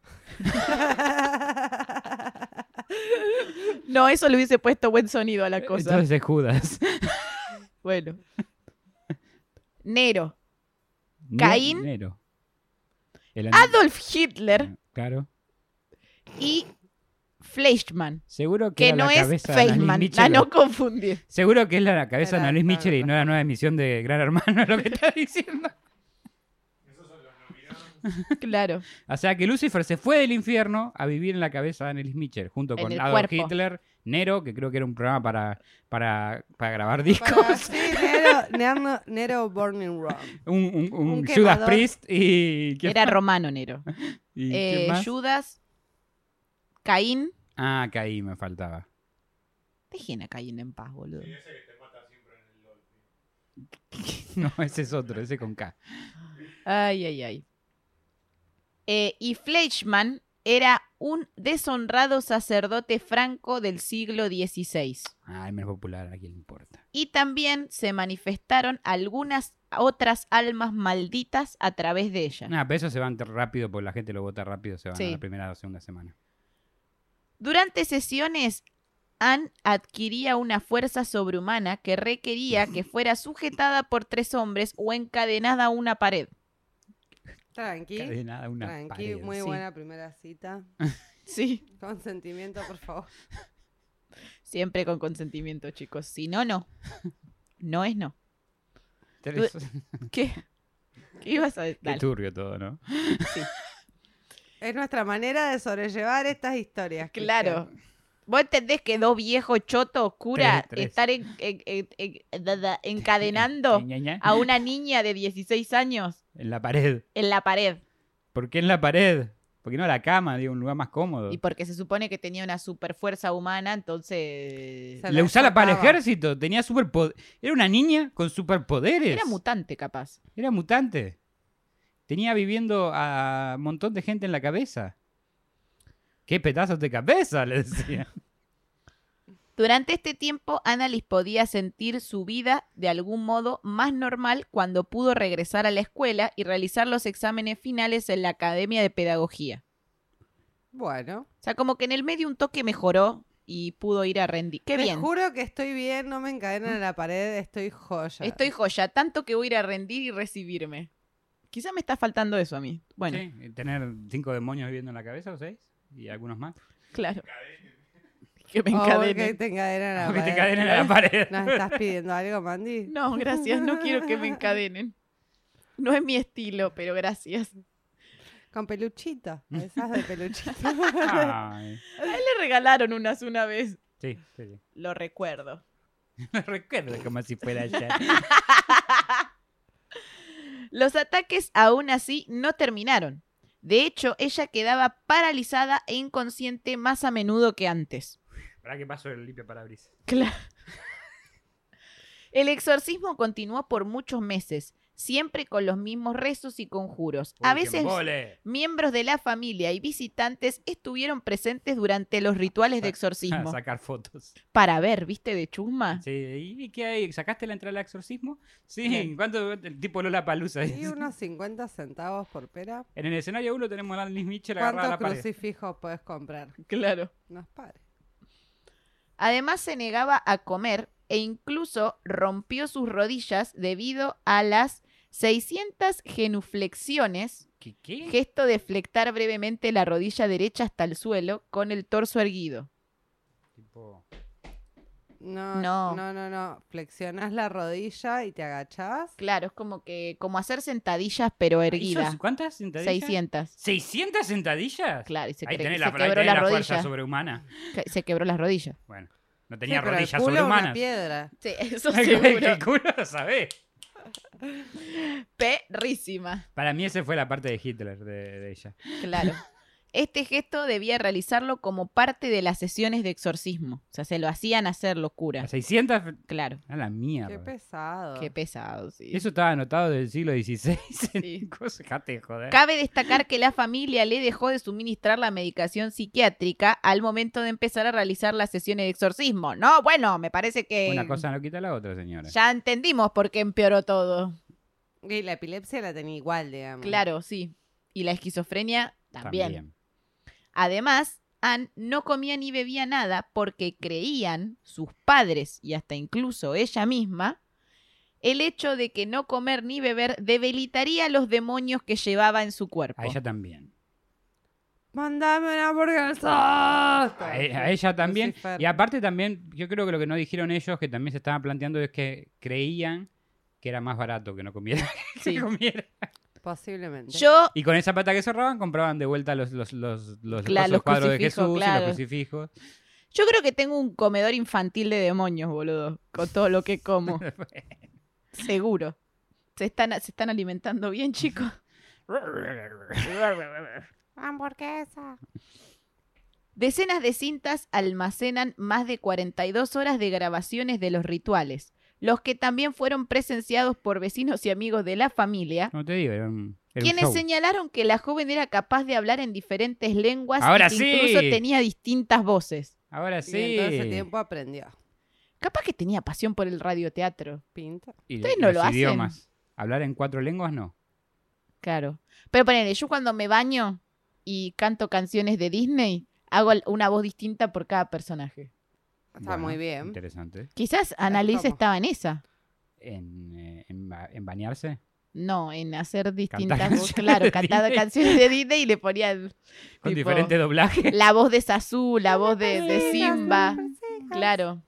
S2: No, eso le hubiese puesto buen sonido a la cosa.
S4: Entonces es
S2: (laughs)
S4: Judas.
S2: Bueno. Nero.
S4: Ne-
S2: Caín. Ah,
S4: Nero. El an-
S2: Adolf Hitler
S4: Claro.
S2: y Fleischmann.
S4: Seguro que,
S2: Que
S4: era
S2: no
S4: la
S2: es
S4: cabeza de Annalise
S2: Fleischmann, a
S4: Mitchell.
S2: no confundir. (laughs)
S4: Seguro que es la cabeza de
S3: Era-
S4: Annalise Mitchell y
S3: claro.
S4: no la nueva emisión de Gran Hermano (laughs) lo que está diciendo.
S2: Claro.
S4: O sea que Lucifer se fue del infierno a vivir en la cabeza de Annalise Mitchell, junto
S2: En
S4: con
S2: el
S4: Adolf
S2: cuerpo.
S4: Hitler, Nero, que creo que era un programa para, para, para grabar discos,
S3: Para- sí, Nero, Nero, Nero Burning Room.
S4: (laughs) un, un- un
S3: un
S4: Judas
S3: quemador.
S4: Priest y... ¿quién-
S2: Era romano Nero.
S4: y
S2: Eh,
S4: quién más?
S2: Judas, Caín.
S4: Ah, Caín me faltaba. (laughs)
S2: Dejen a Caín en paz, boludo.
S4: No, ese es otro, ese con K.
S2: Ay, ay, ay. Eh, y Fleischmann era un deshonrado sacerdote franco del siglo XVI.
S4: Ah, el menos popular, a quién le importa.
S2: y también se manifestaron algunas otras almas malditas a través de ella.
S4: Nada, pero eso se van t- rápido porque la gente lo vota rápido, se van
S2: Sí.
S4: a la primera o segunda semana.
S2: Durante sesiones, Anne adquiría una fuerza sobrehumana que requería (laughs) que fuera sujetada por tres hombres o encadenada a una pared.
S3: Tranqui.
S4: Cadenada a una
S3: Tranqui.
S4: pared.
S3: Muy
S2: sí.
S3: buena primera
S4: (laughs)
S3: cita.
S2: Sí.
S3: Consentimiento, por favor.
S2: Siempre con consentimiento, chicos. Si no, no. No es no.
S4: Tres- (laughs)
S2: ¿Qué? ¿Qué ibas a decir?
S4: Qué turbio todo, ¿no?
S3: Es nuestra manera de sobrellevar estas historias. Cristian.
S2: Claro. ¿Vos entendés que dos viejos chotos cura
S4: Tres, tres.
S2: estar en- en- en- en- da- da- encadenando
S4: Ña, ña, ña.
S2: a una niña de 16 años
S4: En la pared.
S2: en la pared.
S4: ¿Por qué en la pared? ¿Por qué no a la cama? Digo, un lugar más cómodo.
S2: Y porque se supone que tenía una super fuerza humana, entonces...
S3: Se
S4: Le usaba para el
S3: sacaba.
S4: ejército. Tenía superpoder. Era una niña con superpoderes.
S2: Era mutante, capaz.
S4: Era mutante. Tenía viviendo a un montón de gente en la cabeza. ¡Qué pedazos de cabeza! Le decía.
S2: Durante este tiempo, Annalise podía sentir su vida de algún modo más normal cuando pudo regresar a la escuela y realizar los exámenes finales en la Academia de Pedagogía.
S3: Bueno.
S2: O sea, como que en el medio un toque mejoró y pudo ir a rendir. Qué
S3: Te
S2: bien.
S3: juro que estoy bien, no me encadenan a la pared, estoy joya.
S2: Estoy joya, tanto que voy a ir a rendir y recibirme. Quizá me está faltando eso a mí. (laughs) Bueno,
S4: Sí, Tener cinco demonios viviendo en la cabeza o seis. Y algunos más.
S2: claro. (laughs) Que me
S3: Oh,
S2: encadenen.
S3: que te
S4: (laughs)
S3: encadenan a la
S4: Aunque
S3: pared.
S4: te cadenen a la
S2: (laughs)
S4: pared.
S3: ¿Nos estás pidiendo algo, Mandy?
S2: No, gracias, no quiero que me encadenen. No es mi estilo, pero gracias.
S3: Con peluchito.
S4: Mm.
S3: Esas
S4: (laughs)
S3: de peluchito.
S4: Ay.
S2: A él le regalaron unas una vez,
S4: Sí, sí, sí. (laughs)
S2: lo recuerdo.
S4: Recuerdo como si
S2: (laughs)
S4: fuera ayer.
S2: Los ataques aún así no terminaron. De hecho, ella quedaba paralizada e inconsciente más a menudo que antes.
S4: ¿Para qué paso el limpio parabrisas?
S2: El exorcismo continuó por muchos meses, siempre con los mismos rezos y conjuros.
S4: Uy,
S2: A
S4: qué
S2: veces
S4: embole.
S2: miembros de la familia y visitantes estuvieron presentes durante los
S4: (laughs)
S2: rituales
S4: Ah,
S2: de
S4: A
S2: exorcismo.
S4: sacar fotos.
S2: Para ver, ¿viste? De chusma.
S4: Sí, ¿y- ¿y qué hay? ¿Sacaste la entrada al exorcismo? Sí,
S2: Bien.
S4: ¿cuánto el tipo Lola Palusa?
S3: Y unos 50 centavos por pera.
S4: En el escenario 1 tenemos a Alanis Mitchell agarrada a
S3: ¿Cuántos
S4: la pared.
S3: crucifijos puedes comprar?
S2: Claro.
S3: Nos pares.
S2: Además se negaba a comer e incluso rompió sus rodillas debido a las 600 genuflexiones,
S4: ¿Qué? qué?
S2: gesto de flectar brevemente la rodilla derecha hasta el suelo con el torso erguido.
S4: Tipo,
S3: No,
S2: No.
S3: no, no, no, Flexionás la rodilla y te agachás.
S2: Claro, es como que como hacer sentadillas
S4: Ah,
S2: pero erguida.
S4: ¿Hizo ¿Cuántas sentadillas?
S2: 600.
S4: ¿600 sentadillas?
S2: Claro, y se,
S4: ahí
S2: cre-
S4: tenés
S2: se
S4: la, ahí
S2: quebró
S4: tenés
S2: las
S4: la fuerza
S2: rodillas.
S4: sobrehumana.
S2: Que- Se quebró las rodillas.
S4: Bueno, no tenía
S3: Sí, pero el
S4: rodillas
S3: culo es una
S4: sobrehumanas.
S3: piedra.
S2: Sí, eso
S4: (laughs) El culo lo sabés.
S2: (laughs) Perrísima.
S4: Para mí esa fue la parte de Hitler de, de ella.
S2: Claro. Este gesto debía realizarlo como parte de las sesiones de exorcismo. O sea, se lo hacían hacer locura.
S4: A 600...
S2: Claro.
S4: A la mierda.
S3: Qué pesado.
S2: Qué pesado, sí.
S4: Eso estaba anotado del siglo XVI.
S2: Sí.
S4: (laughs) Sí. Dejate de joder.
S2: Cabe destacar que la familia le dejó de suministrar la medicación psiquiátrica al momento de empezar a realizar las sesiones de exorcismo. No, bueno, me parece que
S4: Una cosa no quita la otra, señora.
S2: Eh. ya entendimos por qué empeoró todo.
S3: Y la epilepsia la tenía igual, digamos.
S2: Claro, sí. Y la esquizofrenia también.
S4: Mm. También.
S2: Además, Anne no comía ni bebía nada porque creían sus padres y hasta incluso ella misma el hecho de que no comer ni beber debilitaría los demonios que llevaba en su cuerpo.
S4: A ella también.
S3: Mándame una hamburguesa.
S4: A, e- a ella también.
S3: Lucifer.
S4: Y aparte también, yo creo que lo que no dijeron ellos, que también se estaban planteando, es que creían que era más barato que no comiera. (laughs) que
S2: Sí.
S4: comiera.
S3: Posiblemente.
S2: Yo,
S4: Y con esa pata que cerraban, compraban de vuelta los, los, los, los,
S2: Claro,
S4: esos
S2: los
S4: cuadros de
S2: crucifijos,
S4: Jesús y
S2: claro.
S4: los crucifijos. (laughs)
S2: yo creo que tengo un comedor infantil de demonios, boludo, con todo lo que
S4: (laughs)
S2: como. Seguro. Se están, se están alimentando bien, chicos.
S3: Hamburguesa.
S2: Decenas de cintas almacenan más de 42 horas de grabaciones de los rituales, los que también fueron presenciados por vecinos y amigos de la familia,
S4: Como te digo, era un, era un
S2: quienes
S4: show.
S2: señalaron que la joven era capaz de hablar en diferentes lenguas
S4: Ahora
S2: y que
S4: sí.
S2: incluso tenía distintas voces.
S4: Ahora
S3: Y en todo ese
S4: sí.
S3: tiempo aprendió.
S2: Capaz que tenía pasión por el radioteatro.
S3: Pinta.
S4: Y
S2: Ustedes no
S4: los
S2: lo hacen.
S4: idiomas. Hablar en cuatro lenguas, no.
S2: Claro. Pero ponele, yo cuando me baño y canto canciones de Disney, hago el- una voz distinta por cada personaje.
S3: Está muy bien.
S4: Interesante.
S2: Quizás Annalisa
S3: ¿cómo?
S2: estaba en esa.
S4: En, eh, en, ba- en bañarse.
S2: No, en hacer distintas voces.
S4: canciones
S2: Claro,
S4: de
S2: cantaba
S4: Disney.
S2: canciones de Disney y
S4: (laughs)
S2: le ponían
S4: Con
S2: Tipo-
S4: diferente doblaje.
S2: la voz de Zazú, la voz de, de Simba. Claro,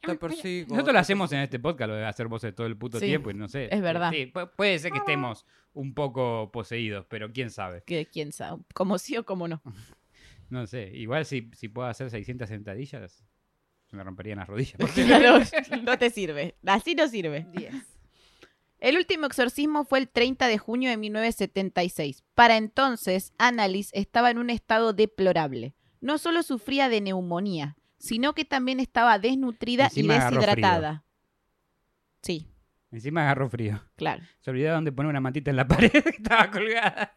S3: Te persigo.
S4: Nosotros lo hacemos en este podcast, lo de hacer voces todo el puto
S2: Sí,
S4: tiempo y no sé.
S2: es verdad.
S4: Sí, pu- puede
S3: Ah.
S4: ser que estemos un poco poseídos, pero quién sabe.
S2: que quién sabe, como sí o como no.
S4: No sé. Igual si, si puedo hacer 600 sentadillas, se me romperían las
S2: (laughs)
S4: rodillas. (laughs)
S2: Claro, no te sirve. Así no sirve.
S3: 10.
S2: El último exorcismo fue el 30 de junio de 1976. Para entonces, Annalise estaba en un estado deplorable. No solo sufría de neumonía, sino que también estaba desnutrida
S4: Encima
S2: y
S4: agarró
S2: deshidratada. Sí,
S4: Encima agarró frío.
S2: claro.
S4: Se olvidaron de poner una mantita en la (laughs) pared que estaba colgada.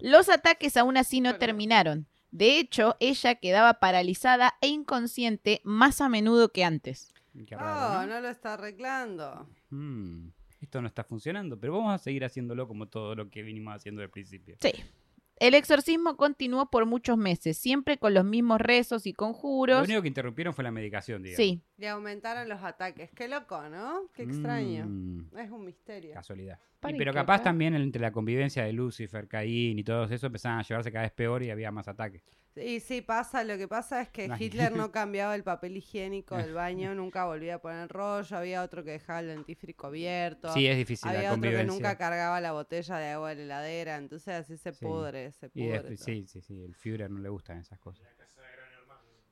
S2: Los ataques aún así no terminaron. De hecho, ella quedaba paralizada e inconsciente más a menudo que antes.
S4: Qué raro,
S3: Oh,
S4: ¿no?
S3: no lo está arreglando.
S4: Mm, esto no está funcionando, pero vamos a seguir haciéndolo como todo lo que vinimos haciendo al principio.
S2: Sí. El exorcismo continuó por muchos meses, siempre con los mismos rezos y
S4: Lo
S2: conjuros.
S4: único que interrumpieron fue la medicación, digamos.
S2: Sí,
S3: Le aumentaron los ataques. Qué loco, ¿no? Qué extraño.
S4: Mm,
S3: Es un misterio.
S4: casualidad. Y
S2: Para
S4: pero
S2: que
S4: capaz
S2: acá-
S4: también entre la convivencia de Lucifer, Caín y todos eso empezaban a llevarse cada vez peor y había más ataques.
S3: Y sí, pasa. Lo que pasa es que
S4: Ay.
S3: Hitler
S4: (laughs)
S3: no cambiaba el papel higiénico del baño, nunca volvía a poner rollo. Había otro que dejaba el dentífrico abierto.
S4: Sí, es difícil la
S3: Había otro que
S4: convivencia.
S3: nunca cargaba la botella de agua de la heladera. Entonces así se
S4: Sí.
S3: pudre, se
S4: Y
S3: pudre.
S4: después-
S3: todo.
S4: sí, sí, sí, el Führer no le gustan esas cosas.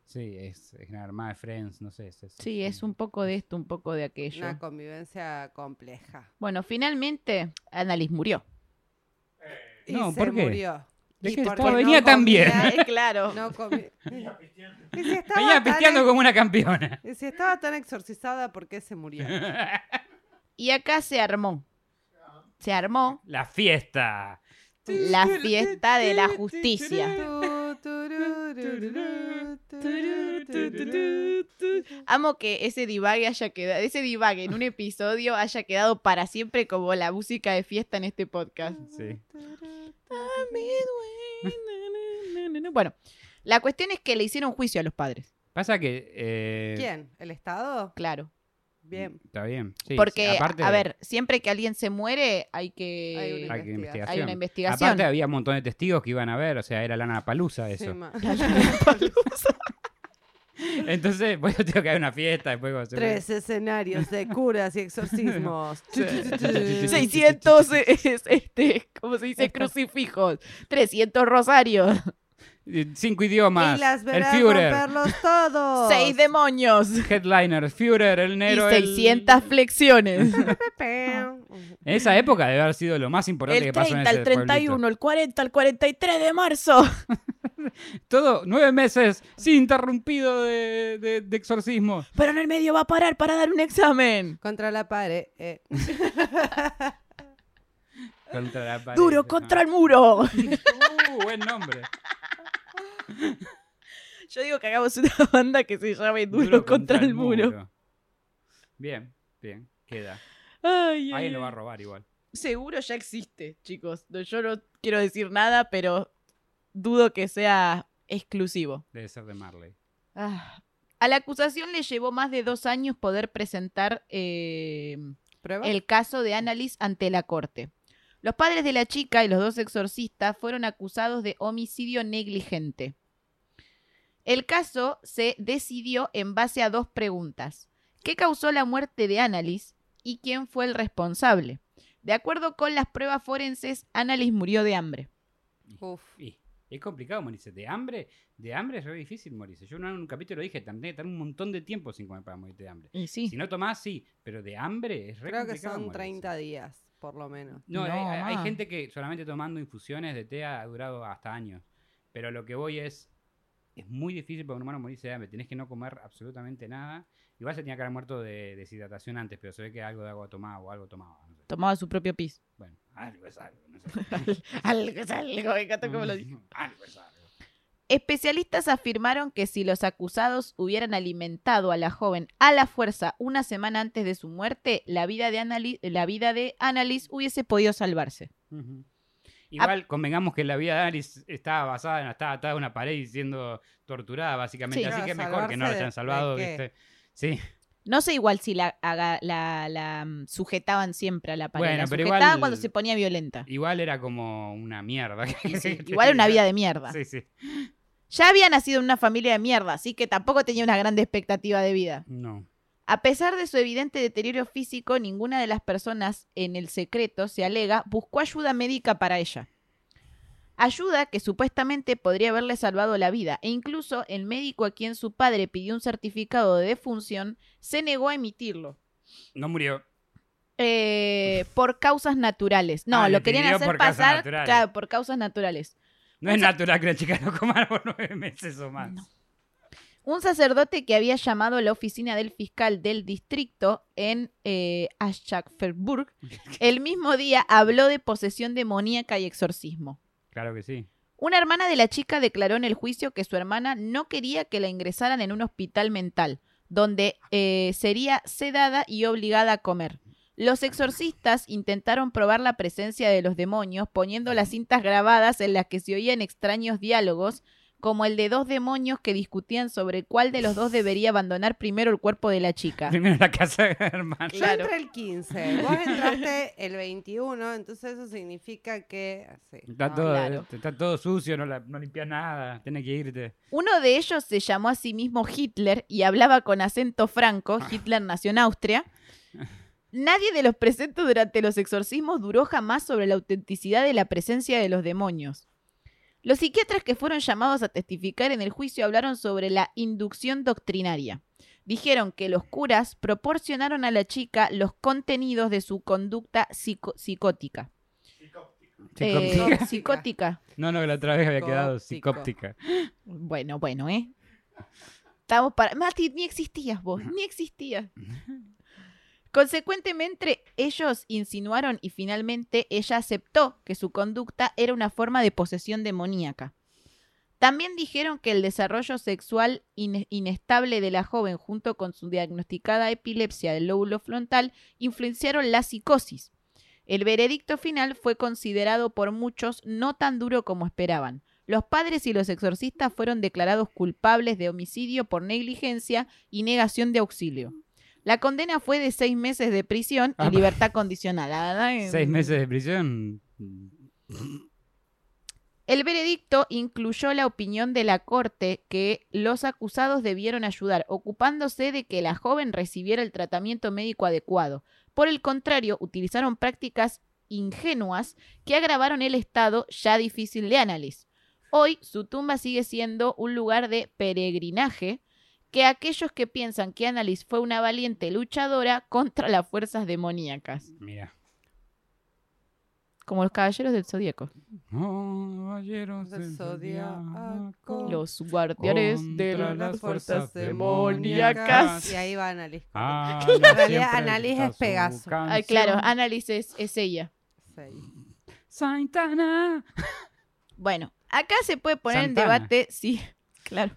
S4: Sí, es, es Gran Hermana de Friends, no sé. Es, es-
S2: sí, es un poco de esto, un poco de aquello.
S3: Una convivencia compleja.
S2: Bueno, finalmente, Annalise murió.
S3: Y
S4: No,
S3: se
S4: ¿por qué?
S3: murió.
S4: ¿De
S3: Y
S4: qué?
S3: porque
S4: Estaba- venía tan bien.
S3: comía,
S2: claro.
S3: No comía. Y si estaba
S4: (laughs) Venía
S3: tan
S4: pisteando
S3: ex-
S4: como una campeona.
S3: y si estaba tan exorcizada, ¿por qué se murió?
S2: Y acá se armó. Se armó
S4: La fiesta.
S2: la fiesta de la justicia.
S3: Tu, turú, tururú, turú, tururú.
S2: Amo que ese divague haya quedado, ese divague en un episodio haya quedado para siempre como la música de fiesta en este podcast.
S4: Sí.
S2: Bueno, la cuestión es que le hicieron juicio a los padres,
S4: Pasa que. eh,
S3: ¿Quién? ¿El Estado?
S2: claro.
S3: Bien.
S4: Está bien. Sí,
S2: Porque,
S4: sí, aparte
S2: a ver, siempre que alguien se muere hay que...
S3: Hay una
S4: Hay que investigar.
S2: hay una investigación.
S4: Aparte había un montón de testigos que iban a ver, o sea, era lana palusa eso.
S3: Sí,
S2: (laughs)
S3: ma.
S4: Entonces, (laughs) bueno, tengo que haber una fiesta después. cuando se-
S3: (laughs) Tres escenarios de curas
S4: (laughs)
S3: y exorcismos. Tu, tu, tu, tu.
S2: 600, es- este, ¿cómo se dice? Crucifijos. 300 rosarios.
S4: Eh, Cinco idiomas.
S3: Y las
S4: el
S3: verás
S4: Führer.
S3: romperlos todos.
S2: 6 demonios.
S4: Headliner, Führer, el
S2: Y
S4: negro. el-
S2: 600 flexiones.
S4: En esa época debe haber sido lo más importante que
S2: El
S4: pasó en
S2: 30
S4: ese
S2: al 31,
S4: pueblito.
S2: el 40 al 43 de marzo.
S4: Todo nueve meses sin interrumpido de, de- de exorcismo.
S2: Pero en el medio va a parar para dar un examen.
S3: (laughs) Contra la pared. eh.
S4: Contra la pared.
S2: Duro
S4: ¿no?
S2: contra el muro.
S4: (laughs) Uh, buen nombre.
S2: Yo digo que hagamos una (laughs) banda que se llame (laughs) Duro, contra, el muro.
S4: Bien, bien. Queda.
S2: Ay, ay,
S4: Alguien lo va a
S2: ay.
S4: robar igual.
S2: Seguro ya existe, chicos. No, Yo no quiero decir nada, pero dudo que sea exclusivo.
S4: Debe ser de Marley.
S2: Ah. A la acusación le llevó más de dos años poder presentar eh,
S3: ¿Prueba?
S2: el caso de Annalise ante la corte. Los padres de la chica y los dos exorcistas fueron acusados de homicidio negligente. El caso se decidió en base a dos preguntas. ¿Qué causó la muerte de Annalise y quién fue el responsable? De acuerdo con las pruebas forenses, Annalise murió de hambre.
S3: Uf.
S4: Y es complicado morirse. De hambre, de hambre es re difícil morirse. Yo en un capítulo dije, también estar un montón de tiempo sin comer para morirte de hambre.
S2: Y sí.
S4: Si no tomás, sí, pero de hambre es re
S3: Creo que
S4: complicado
S3: son
S4: morirse.
S3: 30 días, por lo menos.
S4: No, hay-
S2: No,
S4: hay, hay
S2: más.
S4: gente que solamente tomando infusiones de té ha durado hasta años. Pero lo que voy es, es muy difícil para un humano morirse de hambre. Tenés que no comer absolutamente nada. Igual se tenía que haber muerto de deshidratación antes, pero se ve que algo de agua tomaba o algo tomaba. no sé.
S2: Tomaba su propio pis.
S4: Bueno, algo es algo. No
S2: (laughs)
S4: sé.
S2: Algo es algo, me encanta cómo lo dice.
S4: (laughs) algo es algo.
S2: Especialistas afirmaron que si los acusados hubieran alimentado a la joven a la fuerza una semana antes de su muerte, la vida de Annalise, la vida de Annalise hubiese podido salvarse.
S4: Ujú.
S2: Ah.
S4: Igual convengamos que la vida de Alice estaba basada en estaba atada a una pared y siendo torturada, básicamente.
S2: Sí.
S4: Así
S3: Claro,
S4: que es mejor que no la
S3: salvarse de-
S4: hayan salvado,
S3: ¿de qué?
S4: ¿viste? Sí.
S2: No sé igual si la, aga- la- la, mm, sujetaban siempre a la pared.
S4: Bueno,
S2: la
S4: pero
S2: sujetaban
S4: igual-
S2: cuando se ponía violenta.
S4: Igual era como una mierda. (laughs)
S2: Y sí, igual era una vida de mierda.
S4: Sí, sí.
S2: Ya había nacido en una familia de mierda, así que tampoco tenía una grande expectativa de vida.
S4: No.
S2: A pesar de su evidente deterioro físico, ninguna de las personas en el secreto, se alega, buscó ayuda médica para ella. Ayuda que supuestamente podría haberle salvado la vida, e incluso el médico a quien su padre pidió un certificado de defunción se negó a emitirlo.
S4: No murió.
S2: Eh, por causas naturales. No,
S4: Ah, le
S2: lo querían
S4: pidió
S2: hacer
S4: por causas
S2: pasar
S4: naturales.
S2: claro, por causas naturales.
S4: No es natural que una chica no coma por (laughs) nueve meses o más.
S2: No. Un sacerdote que había llamado a la oficina del fiscal del distrito en eh, Aschaffenburg el mismo día habló de posesión demoníaca y exorcismo.
S4: Claro que sí.
S2: Una hermana de la chica declaró en el juicio que su hermana no quería que la ingresaran en un hospital mental, donde eh, sería sedada y obligada a comer. Los exorcistas intentaron probar la presencia de los demonios poniendo las cintas grabadas en las que se oían extraños diálogos, como el de dos demonios que discutían sobre cuál de los dos debería abandonar primero el cuerpo de
S4: (laughs)
S2: la chica.
S4: Primero la casa de hermano.
S2: (laughs)
S3: Yo
S2: Claro.
S3: entré el 15, vos entraste el 21, entonces eso significa que... sí,
S4: Está,
S3: no,
S4: todo, eh,
S2: claro.
S4: está todo sucio, no, la- no limpias nada, tenés que irte.
S2: Uno de ellos se llamó a sí mismo Hitler y hablaba con acento franco. Hitler nació en Austria. Nadie de los presentes durante los exorcismos duró jamás sobre la autenticidad de la presencia de los demonios. Los psiquiatras que fueron llamados a testificar en el juicio hablaron sobre la inducción doctrinaria. Dijeron que los curas proporcionaron a la chica los contenidos de su conducta psico- psicótica. Eh,
S4: Psicóptica. (laughs)
S2: psicótica.
S4: No, no, la otra vez había quedado
S3: Psicóptico.
S4: psicóptica.
S2: Bueno, bueno, ¿eh? Estamos para. Mati, ni existías vos, ni existías. Consecuentemente, ellos insinuaron y finalmente ella aceptó que su conducta era una forma de posesión demoníaca. También dijeron que el desarrollo sexual in- inestable de la joven junto con su diagnosticada epilepsia del lóbulo frontal influenciaron la psicosis. El veredicto final fue considerado por muchos no tan duro como esperaban. Los padres y los exorcistas fueron declarados culpables de homicidio por negligencia y negación de auxilio. La condena fue de seis meses de prisión
S4: Ah,
S2: y libertad condicional. Ah, La verdad es-
S4: Seis meses de prisión. mm,
S2: El veredicto incluyó la opinión de la corte que los acusados debieron ayudar, ocupándose de que la joven recibiera el tratamiento médico adecuado. Por el contrario, utilizaron prácticas ingenuas que agravaron el estado ya difícil de Annalise. Hoy su tumba sigue siendo un lugar de peregrinaje que aquellos que piensan que Annalise fue una valiente luchadora contra las fuerzas demoníacas,
S4: Mira.
S2: como los caballeros del zodíaco,
S4: Caballeros
S3: Del
S4: del
S3: (laughs) zodiaco.
S4: zodiaco.
S2: los guardianes de
S4: Contra
S2: las,
S4: las
S2: fuerzas,
S4: fuerzas
S2: demoníacas.
S4: demoníacas.
S3: Y ahí va Annalise.
S4: Ah,
S3: En
S4: la
S3: realidad,
S4: siempre
S3: Annalise
S4: está
S3: es Pegaso.
S4: su
S2: Ay, claro,
S4: canción.
S2: Annalise es, es ella.
S3: Sí.
S4: Santana.
S2: Bueno, acá se puede poner
S4: Santana.
S2: en debate, sí, (laughs) claro.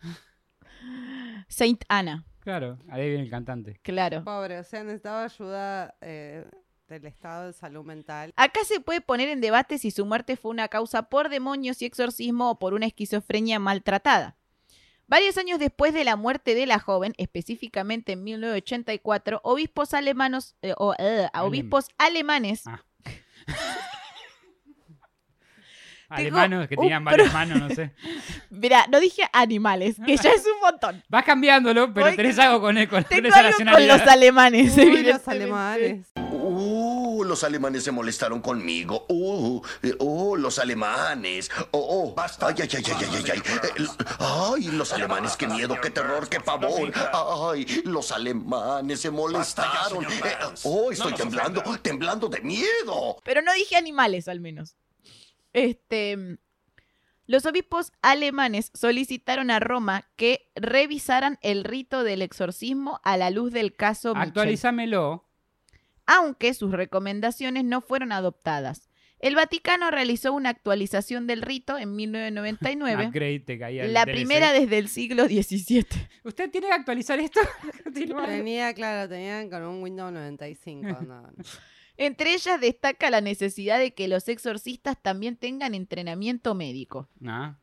S2: Saint Ana,
S4: Claro, ahí viene el cantante.
S2: claro.
S3: Pobre, o sea, necesitaba ayuda eh, del estado de salud
S2: (laughs)
S3: mental.
S2: Acá se puede poner en debate si su muerte fue una causa por demonios y exorcismo o por una esquizofrenia maltratada. Varios años después de la muerte de la joven, específicamente en 1984, obispos alemanos eh, o, eh, a
S4: Alem.
S2: obispos alemanes
S4: Ah.
S2: Tengo
S4: Alemanos que
S2: un
S4: tenían varias Ah, manos, no sé.
S2: Mirá, no dije animales, que ya es
S4: (laughs)
S2: un montón.
S4: Vas cambiándolo, pero
S2: Voy-
S4: tenés algo con, el- con, con
S2: Tengo
S4: esa
S2: algo con los
S4: nacionalidad.
S3: Uy,
S2: alemanes,
S3: los
S2: evidentemente.
S3: alemanes.
S5: Uh, los alemanes se molestaron conmigo. Uh, eh, oh, los alemanes. Oh, oh. Ay, ay, ay, ay, ay, ay, ay. Eh, Ay, los alemanes, qué miedo, qué terror, qué pavor. Ay, los alemanes se molestaron. Eh, oh, estoy temblando, temblando de miedo.
S2: Pero no dije animales, al menos. Este. Los obispos alemanes solicitaron a Roma que revisaran el rito del exorcismo a la luz del caso Mitchell,
S4: Actualizámelo.
S2: aunque sus recomendaciones no fueron adoptadas. El Vaticano realizó una actualización del rito en 1999,
S4: Upgrade, te caía el
S2: la
S4: DLC.
S2: primera desde el siglo XVII.
S4: ¿Usted tiene que actualizar esto? (laughs) Continuar.
S3: Tenía, claro, tenían con un Windows 95.
S4: (laughs)
S3: no, no.
S2: Entre ellas destaca la necesidad de que los exorcistas también tengan entrenamiento médico.
S4: Ah.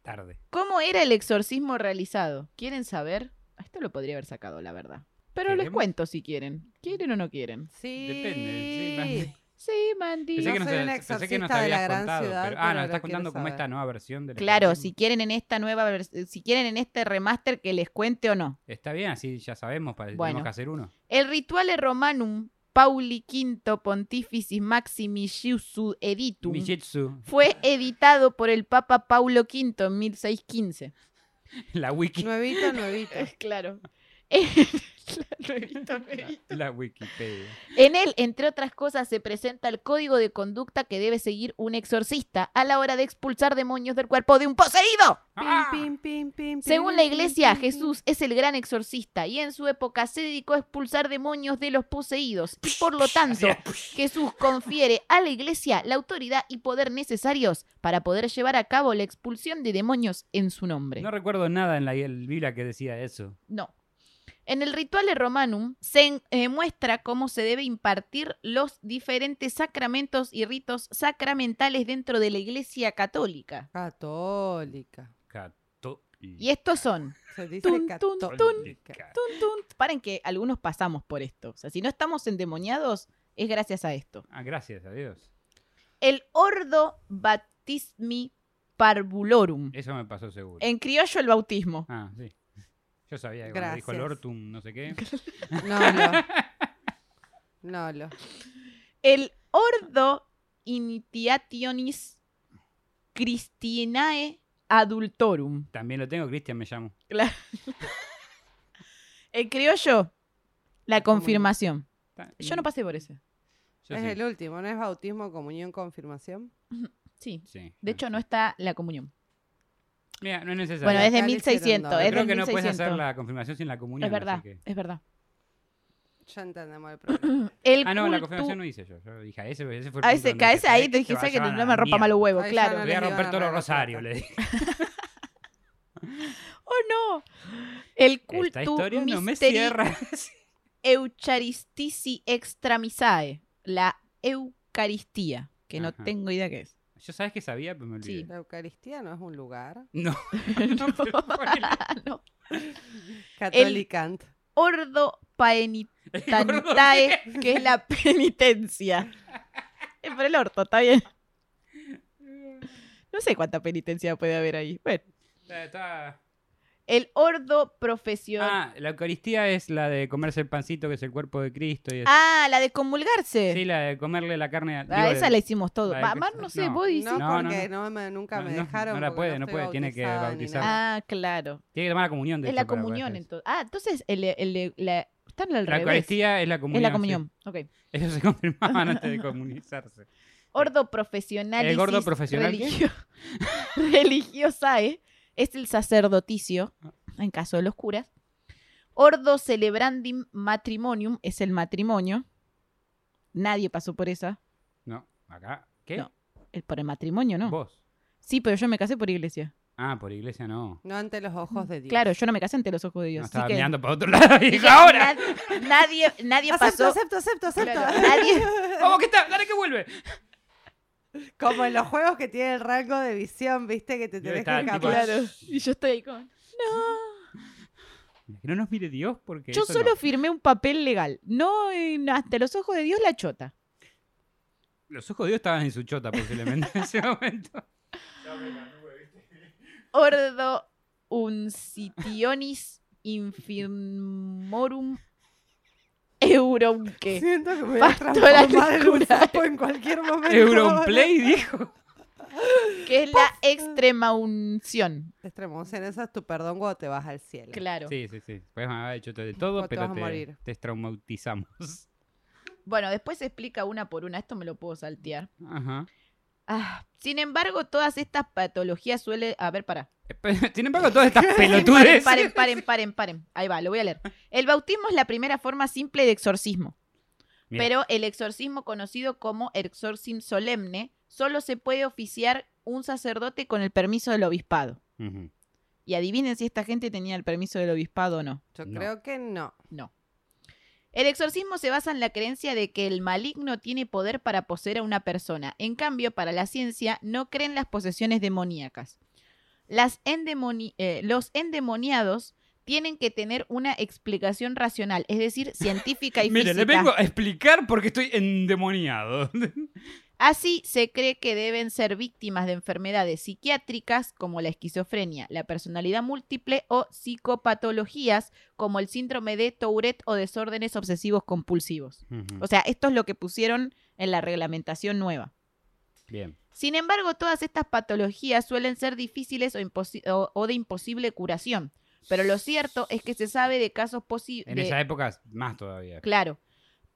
S4: Tarde.
S2: ¿Cómo era el exorcismo realizado? ¿Quieren saber? Esto lo podría haber sacado, la verdad. Pero les
S4: ¿Queremos?
S2: cuento si quieren. ¿Quieren o no quieren?
S3: Sí.
S4: Depende, sí,
S2: Sí, Mandy.
S4: Pensé
S3: No
S4: que nos-
S3: soy un
S4: pensé que nos
S3: exorcista de la
S4: habías
S3: gran
S4: contado,
S3: ciudad,
S4: pero- ah,
S3: pero
S4: nos
S3: lo
S4: estás
S3: quiero
S4: contando como
S3: saber.
S4: esta nueva versión del
S2: Claro, si
S4: exorcismo.
S2: quieren en esta nueva vers- si quieren en este remaster que les cuente o no.
S4: Está bien, así ya sabemos, para
S2: Bueno.
S4: tenemos que hacer uno.
S2: El rituale romanum Pauli V Pontificis Maximilius Editum
S4: Mijitsu,
S2: fue editado por el Papa Paulo V en 1615.
S4: (laughs) la wiki. (laughs)
S3: Nuevito, nuevito.
S4: Ah.
S2: (laughs) Claro. Eh, (laughs)
S4: (laughs) La Wikipedia.
S2: En él, entre otras cosas, se presenta el código de conducta que debe seguir un exorcista a la hora de expulsar demonios del cuerpo de un poseído.
S3: Pim,
S4: ¡Ah!
S3: pim, pim, pim,
S2: Según
S3: pim,
S2: la
S3: pim,
S2: iglesia,
S3: pim, pim.
S2: Jesús es el gran exorcista y en su época se dedicó a expulsar demonios de los poseídos. Por lo tanto,
S4: Hacía-
S2: Jesús confiere a la iglesia la autoridad y poder necesarios para poder llevar a cabo la expulsión de demonios en su nombre.
S4: No recuerdo nada en la el Biblia que decía eso.
S2: No. En el Rituale Romanum se en- eh, muestra cómo se debe impartir los diferentes sacramentos y ritos sacramentales dentro de la Iglesia Católica.
S3: Católica.
S4: Cato-
S2: Y estos son.
S3: Se dice
S2: Tun, tun,
S3: católica.
S2: tun, tun, paren que algunos pasamos por esto. O sea, si no estamos endemoniados, es gracias a esto.
S4: Ah, gracias a Dios.
S2: El Ordo Baptismi Parvulorum.
S4: Eso me pasó seguro.
S2: En criollo, el bautismo.
S4: Ah, sí. Yo sabía que cuando dijo
S3: Gracias.
S4: Lortum, no sé qué.
S3: No, no. No, lo.
S2: El Ordo Initiationis Christianae Adultorum.
S4: También lo tengo, Cristian me llamo.
S2: El criollo, la confirmación.
S4: Está-
S2: Yo no pasé por ese.
S4: Yo
S3: Es
S4: sí.
S3: el último, ¿no es bautismo, comunión, confirmación?
S2: Sí.
S4: Sí.
S2: De hecho, no está la comunión.
S4: Mira, no es necesario.
S2: Bueno, es de
S3: Acá le hicieron
S2: 1600.
S3: doble.
S2: Es
S4: Creo
S2: de
S4: que no puedes
S2: 1600.
S4: hacer la confirmación sin la comunión.
S2: es verdad,
S4: así que-
S2: es verdad.
S3: Ya entendemos el problema.
S2: El
S4: Ah, no, la
S2: cultu-
S4: confirmación no hice yo. Yo dije, a ese, ese fue el
S2: A
S4: punto
S2: ese,
S4: donde
S2: a
S4: dije,
S2: ese ahí
S4: "Ay,
S2: te
S4: se
S2: dijiste que
S4: vayan a
S2: no
S4: la
S2: me rompa mal los
S4: mierda".
S2: huevos,
S3: Ahí ya
S2: claro.
S4: Voy
S3: no
S4: a
S3: les iban a
S4: romper todos los
S3: regalar
S4: rosarios,
S3: plata.
S4: le dije.
S2: ¡Oh, no! El culto
S4: Esta historia no me
S2: misteri (laughs)
S4: cierra.
S2: eucharistici extramisae, la Eucaristía, que no
S4: Ajá.
S2: tengo idea qué es.
S4: Yo sabes que sabía, pero me olvidé.
S2: Sí.
S3: La Eucaristía no es un lugar.
S4: (laughs) No.
S2: (laughs) No.
S4: pero ponele.
S2: No.
S3: Católicant.
S2: Ordo
S4: (laughs)
S2: Paenitanitae, que es la penitencia. Es por el orto, está bien. No sé cuánta penitencia puede haber ahí. Bueno,
S4: Está- está-
S2: el ordo profesional.
S4: Ah, la Eucaristía es la de comerse el pancito que es el cuerpo de Cristo. Y es-
S2: Ah, la de comulgarse.
S4: Sí, la de comerle la carne.
S2: Ah,
S4: digo,
S2: esa
S4: de-
S2: la hicimos todos.
S4: la de
S2: Va,
S4: que-
S2: Mar, no sé,
S4: no.
S2: vos hiciste.
S3: No,
S4: No, no,
S3: porque
S4: no.
S3: no, me- nunca me
S4: No, no,
S3: dejaron.
S4: no la
S3: porque
S4: puede, no
S3: estoy
S4: puede, tiene que
S3: bautizada ni
S4: bautizar.
S3: nada.
S2: Ah, claro.
S4: Tiene que tomar la comunión. De
S2: Es
S4: hecho,
S2: la
S4: para poder
S2: comunión,
S4: hacer eso.
S2: entonces. Ah, entonces el, el- la... están al
S4: La
S2: revés.
S4: Eucaristía es la comunión.
S2: Es la
S4: sí. (laughs)
S2: comunión. Ok.
S4: Ellos se confirmaban antes de comunizarse.
S2: Ordo profesional.
S4: ¿El gordo profesional qué?
S2: (laughs) religiosae ¿eh? es el sacerdoticio, en caso de los curas. Ordo celebrandum matrimonium es el matrimonio. Nadie pasó por esa.
S4: No, acá. ¿Qué?
S2: No, el- por el matrimonio, ¿no?
S4: Vos.
S2: Sí, pero yo me casé por iglesia.
S4: Ah, por iglesia no.
S3: No ante los ojos de Dios.
S2: Claro, yo no me casé ante los ojos de Dios.
S4: no
S2: así
S4: estaba
S2: que-
S4: mirando para otro (laughs) lado y dije,
S2: Ya,
S4: ¡ahora!
S2: (laughs) nad- Nadie, nadie
S3: Acepto,
S2: pasó.
S3: acepto, acepto, acepto.
S2: Claro, nadie,
S4: ¡Vamos que está! ¡Dale que vuelve!
S3: Como en los juegos que tiene el rango de visión, viste, que te
S4: Debe
S3: tenés que
S4: estar el tipo-
S2: (laughs)
S3: escapar.
S2: Claro. Y yo estoy ahí con. No.
S4: Que no nos mire Dios porque.
S2: Yo
S4: eso
S2: solo
S4: no.
S2: firmé un papel legal. No, en- ante los ojos de Dios, la chota.
S4: Los ojos de Dios estaban en su chota posiblemente en ese (laughs) momento.
S2: Ordo uncitionis infirmorum eurunque.
S3: Siento que me voy a
S2: Pastora
S3: transformar en un
S2: cura.
S3: sapo en cualquier momento.
S4: Euronplay dijo.
S2: Que es la extrema unción.
S3: Extremoción, esa es tu perdón cuando te vas al cielo.
S2: Claro.
S4: (laughs) Sí, sí, sí. Puedes haber hecho de todo,
S3: Vos te
S4: pero
S3: vas a
S4: te,
S3: morir.
S4: te traumatizamos. (laughs)
S2: Bueno, después se explica una por una. Esto me lo puedo saltear.
S4: Ajá.
S2: Ah, Sin embargo, todas estas patologías suelen. A ver, para.
S4: Eh, (laughs) Tienen pago todas
S2: (laughs)
S4: estas pelotudes.
S2: Paren, paren, paren, paren, paren. Ahí va, lo voy a leer. El bautismo es la primera forma simple de exorcismo.
S4: Mira.
S2: Pero el exorcismo conocido como exorcism solemne solo se puede oficiar un sacerdote con el permiso del obispado.
S4: Ujú.
S2: Y adivinen si esta gente tenía el permiso del obispado o no.
S3: Yo
S4: No.
S3: creo que no.
S2: No. El exorcismo se basa en la creencia de que el maligno tiene poder para poseer a una persona. En cambio, para la ciencia, no creen las posesiones demoníacas. Las endemoni- eh, los endemoniados tienen que tener una explicación racional, es decir, científica y
S4: Mire,
S2: física.
S4: le vengo a explicar porque estoy endemoniado. (laughs)
S2: Así se cree que deben ser víctimas de enfermedades psiquiátricas como la esquizofrenia, la personalidad múltiple o psicopatologías como el síndrome de Tourette o desórdenes obsesivos compulsivos.
S4: Ujú.
S2: O sea, esto es lo que pusieron en la reglamentación nueva.
S4: Bien.
S2: Sin embargo, todas estas patologías suelen ser difíciles o, imposi- o- o de imposible curación. Pero lo cierto es que se sabe de casos
S4: En
S2: posibles.
S4: esa época, más todavía.
S2: Claro.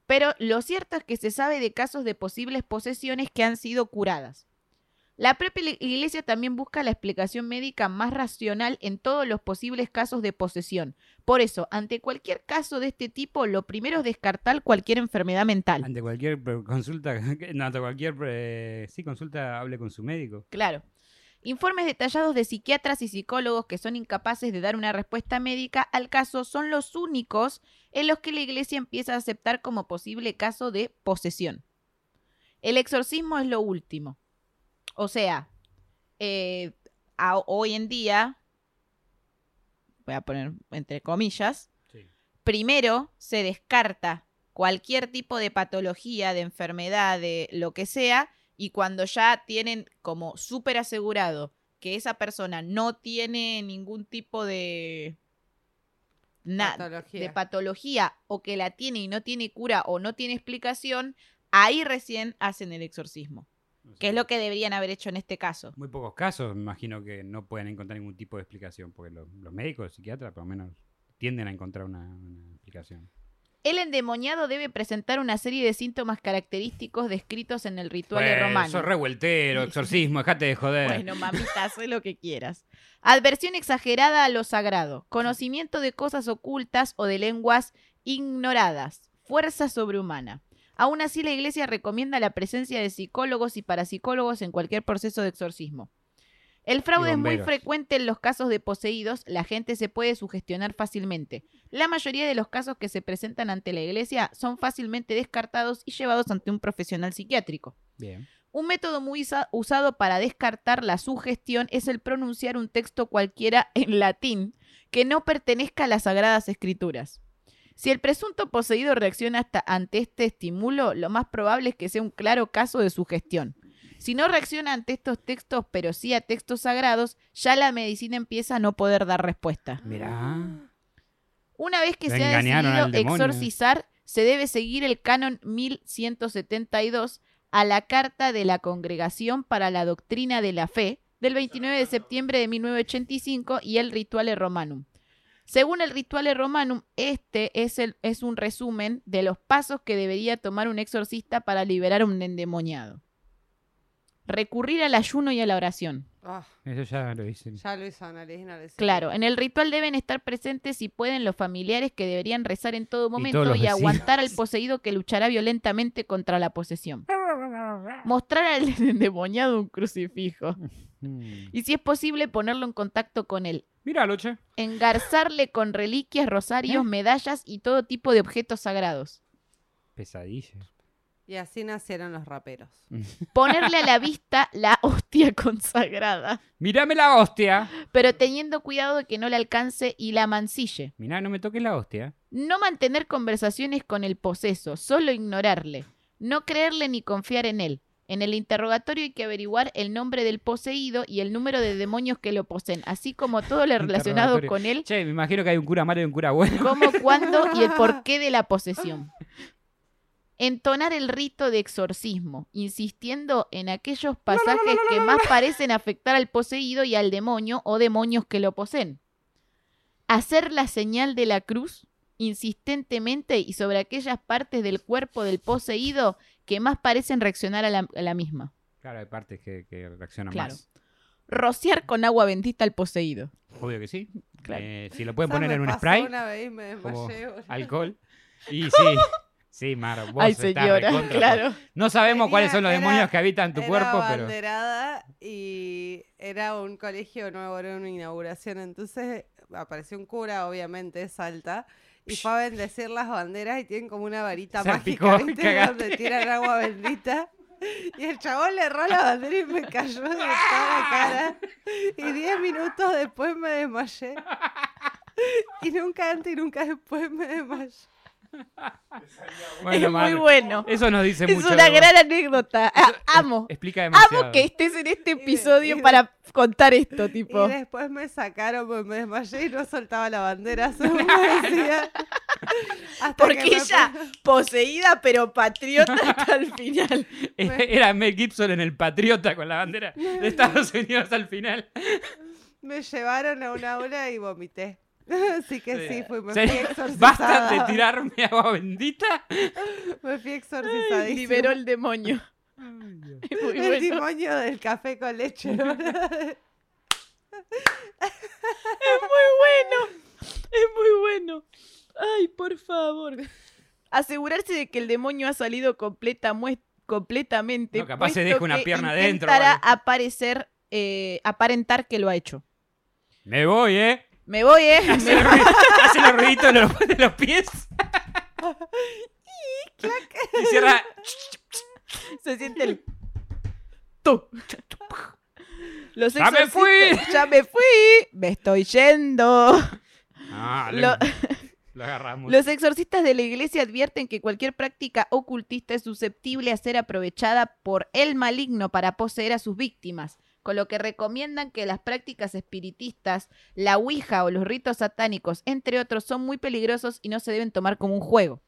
S2: Pero lo cierto es que se sabe de casos de posibles posesiones que han sido curadas. La propia ig- iglesia también busca la explicación médica más racional en todos los posibles casos de posesión. Por eso, ante cualquier caso de este tipo, lo primero es descartar cualquier enfermedad mental.
S4: Ante cualquier pre- consulta, (laughs) no, ante cualquier eh, sí, consulta, hable con su médico.
S2: Claro. Informes detallados de psiquiatras y psicólogos que son incapaces de dar una respuesta médica al caso son los únicos en los que la iglesia empieza a aceptar como posible caso de posesión. El exorcismo es lo último. O sea, eh, a- hoy en día, voy a poner entre comillas, primero se descarta cualquier tipo de patología, de enfermedad, de lo que sea, y cuando ya tienen como súper asegurado que esa persona no tiene ningún tipo de... na-
S3: Patología.
S2: de patología o que la tiene y no tiene cura o no tiene explicación, ahí recién hacen el exorcismo, que es lo que deberían haber hecho en este caso.
S4: Muy pocos casos, me imagino que no pueden encontrar ningún tipo de explicación, porque los, los médicos, los psiquiatras, por lo menos, tienden a encontrar una, una explicación.
S2: El endemoniado debe presentar una serie de síntomas característicos descritos en el ritual
S4: Pues,
S2: romano.
S4: Sos revueltero, exorcismo, dejate de joder.
S2: Bueno, mamita, haz lo que quieras. Adversión exagerada a lo sagrado, conocimiento de cosas ocultas o de lenguas ignoradas, fuerza sobrehumana. Aún así, la iglesia recomienda la presencia de psicólogos y parapsicólogos en cualquier proceso de exorcismo. El fraude es muy
S4: bomberos.
S2: frecuente en los casos de poseídos, la gente se puede sugestionar fácilmente. La mayoría de los casos que se presentan ante la iglesia son fácilmente descartados y llevados ante un profesional psiquiátrico.
S4: Bien.
S2: Un método muy usa- usado para descartar la sugestión es el (laughs) pronunciar un texto cualquiera en latín que no pertenezca a las sagradas escrituras. Si el presunto poseído reacciona hasta ante este estímulo, lo más probable es que sea un claro caso de sugestión. Si no reacciona ante estos textos, pero sí a textos sagrados, ya la medicina empieza a no poder dar respuesta. Ah.
S4: Mirá.
S2: Una vez que
S4: Lo
S2: se ha
S4: engañaron
S2: decidido
S4: al demonio.
S2: exorcizar, se debe seguir el canon 1172 a la Carta de la Congregación para la Doctrina de la Fe del 29 de septiembre de 1985 y el Rituale Romanum. Según el Rituale Romanum, este es, el- es un resumen de los pasos que debería tomar un exorcista para liberar a un endemoniado. Recurrir al ayuno y a la oración.
S3: Ah,
S4: Eso ya lo hice.
S3: ya lo hizo Annalise, no lo hice.
S2: Claro, en el ritual deben estar presentes si pueden los familiares que deberían rezar en todo momento
S4: todos los
S2: y,
S4: vecinos.
S2: aguantar al poseído que luchará violentamente contra la posesión. Mostrar al (laughs) endemoniado un crucifijo
S4: Mm.
S2: y si es posible ponerlo en contacto con él.
S4: Mira, Loche.
S2: Engarzarle con reliquias,
S4: ¿Eh?
S2: rosarios, medallas y todo tipo de objetos sagrados.
S4: Pesadilla.
S3: Y así nacieron los raperos.
S2: Ponerle a la vista la hostia (laughs) consagrada,
S4: Mírame la hostia.
S2: pero teniendo cuidado de que no le alcance y la mancille.
S4: Mirá, no me toques la hostia.
S2: No mantener conversaciones con el poseso, solo ignorarle. No creerle ni confiar en él. En el interrogatorio hay que averiguar el nombre del poseído y el número de demonios que lo poseen, así como todo lo relacionado
S4: Interrogatorio.
S2: con él,
S4: Che, me imagino que hay un cura malo y un cura bueno.
S2: cómo, cuándo y el (laughs) porqué de la posesión. Entonar el rito de exorcismo, insistiendo en aquellos pasajes que más parecen afectar al poseído y al demonio o demonios que lo poseen. Hacer la señal de la cruz insistentemente y sobre aquellas partes del cuerpo del poseído que más parecen reaccionar a la, a la misma.
S4: Claro, hay partes que, que reaccionan
S2: Claro.
S4: más.
S2: Rociar con agua bendita al poseído.
S4: Obvio que sí.
S2: Claro.
S4: Eh, si lo pueden
S3: O sea,
S4: poner
S3: me
S4: en un
S3: pasó
S4: spray,
S3: Una vez y me desmayé,
S4: como
S3: boludo.
S4: alcohol.
S2: (laughs)
S4: Y sí. Sí, Mar, vos
S2: Ay,
S4: estás
S2: señora,
S4: recontra-
S2: claro.
S4: No sabemos
S3: Era-
S4: cuáles son los
S3: era-
S4: demonios que habitan tu
S3: Era
S4: cuerpo, pero.
S3: abanderada y era un colegio nuevo, era una inauguración. Entonces apareció un cura, obviamente, es alta. Y fue a bendecir las banderas y tienen como una varita
S4: Salpicó,
S3: mágica, ¿viste?
S4: cagaste.
S3: Donde tiran agua bendita. Y el chabón le erró la bandera y me cayó de toda la cara. Y diez minutos después me desmayé. Y nunca antes y nunca después me desmayé.
S4: Bueno,
S2: es
S4: Mar,
S2: muy bueno.
S4: Eso nos dice
S2: Es
S4: mucho.
S2: una
S4: de vos.
S2: gran anécdota. Ah, amo.
S4: Explica demasiado.
S2: Amo que estés en este
S3: de-
S2: episodio
S3: y de-
S2: para contar esto, tipo.
S3: Y después me sacaron porque me desmayé y no soltaba la bandera, (laughs) según me decía. Hasta
S2: Porque
S3: que me
S2: ella,
S3: puse-
S2: poseída
S4: (laughs)
S2: pero patriota hasta el final.
S4: Era Mel Gibson en El Patriota con la bandera de Estados Unidos al final.
S3: me llevaron a una aula y vomité. (laughs) Así que sí, fui, me
S4: O sea,
S3: fui exorcizada.
S4: Basta de tirarme agua bendita.
S3: Me fui exorcizada.
S2: Liberó el demonio. Es muy
S3: el
S2: bueno.
S3: demonio del café con leche.
S2: Es muy bueno. Es muy bueno. Ay, por favor. Asegurarse de que el demonio ha salido completa muest- completamente.
S4: No, capaz se
S2: puesto
S4: deja una
S2: que
S4: pierna adentro o
S2: intentará
S4: algo.
S2: aparecer, eh, aparentar que lo ha hecho.
S4: Me voy, ¿eh?
S2: Me voy, ¿eh?
S4: (laughs) Hace el ruido, hace los ruiditos de los, de los (laughs) pies. Y cierra.
S2: Se siente el. Tú. Los
S4: ¡Ya me fui!
S2: exorcistas- ¡Ya me fui! ¡Me estoy yendo!
S4: Ah,
S2: Lo-
S4: lo, lo agarramos.
S2: Los exorcistas de la iglesia advierten que cualquier práctica ocultista es susceptible a ser aprovechada por el maligno para poseer a sus víctimas, con lo que recomiendan que las prácticas espiritistas, la ouija o los ritos satánicos, entre otros, son muy peligrosos y no se deben tomar como un juego.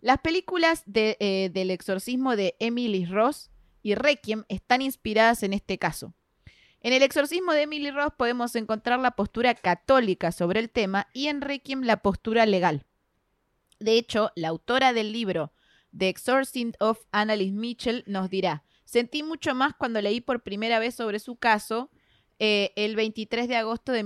S2: Las películas de, eh, del exorcismo de Emily Ross y Requiem están inspiradas en este caso. En el exorcismo de Emily Ross podemos encontrar la postura católica sobre el tema y en Requiem la postura legal. De hecho, la autora del libro The Exorcism of Annalise Mitchell nos dirá, sentí mucho más cuando leí por primera vez sobre su caso eh, el 23 de agosto de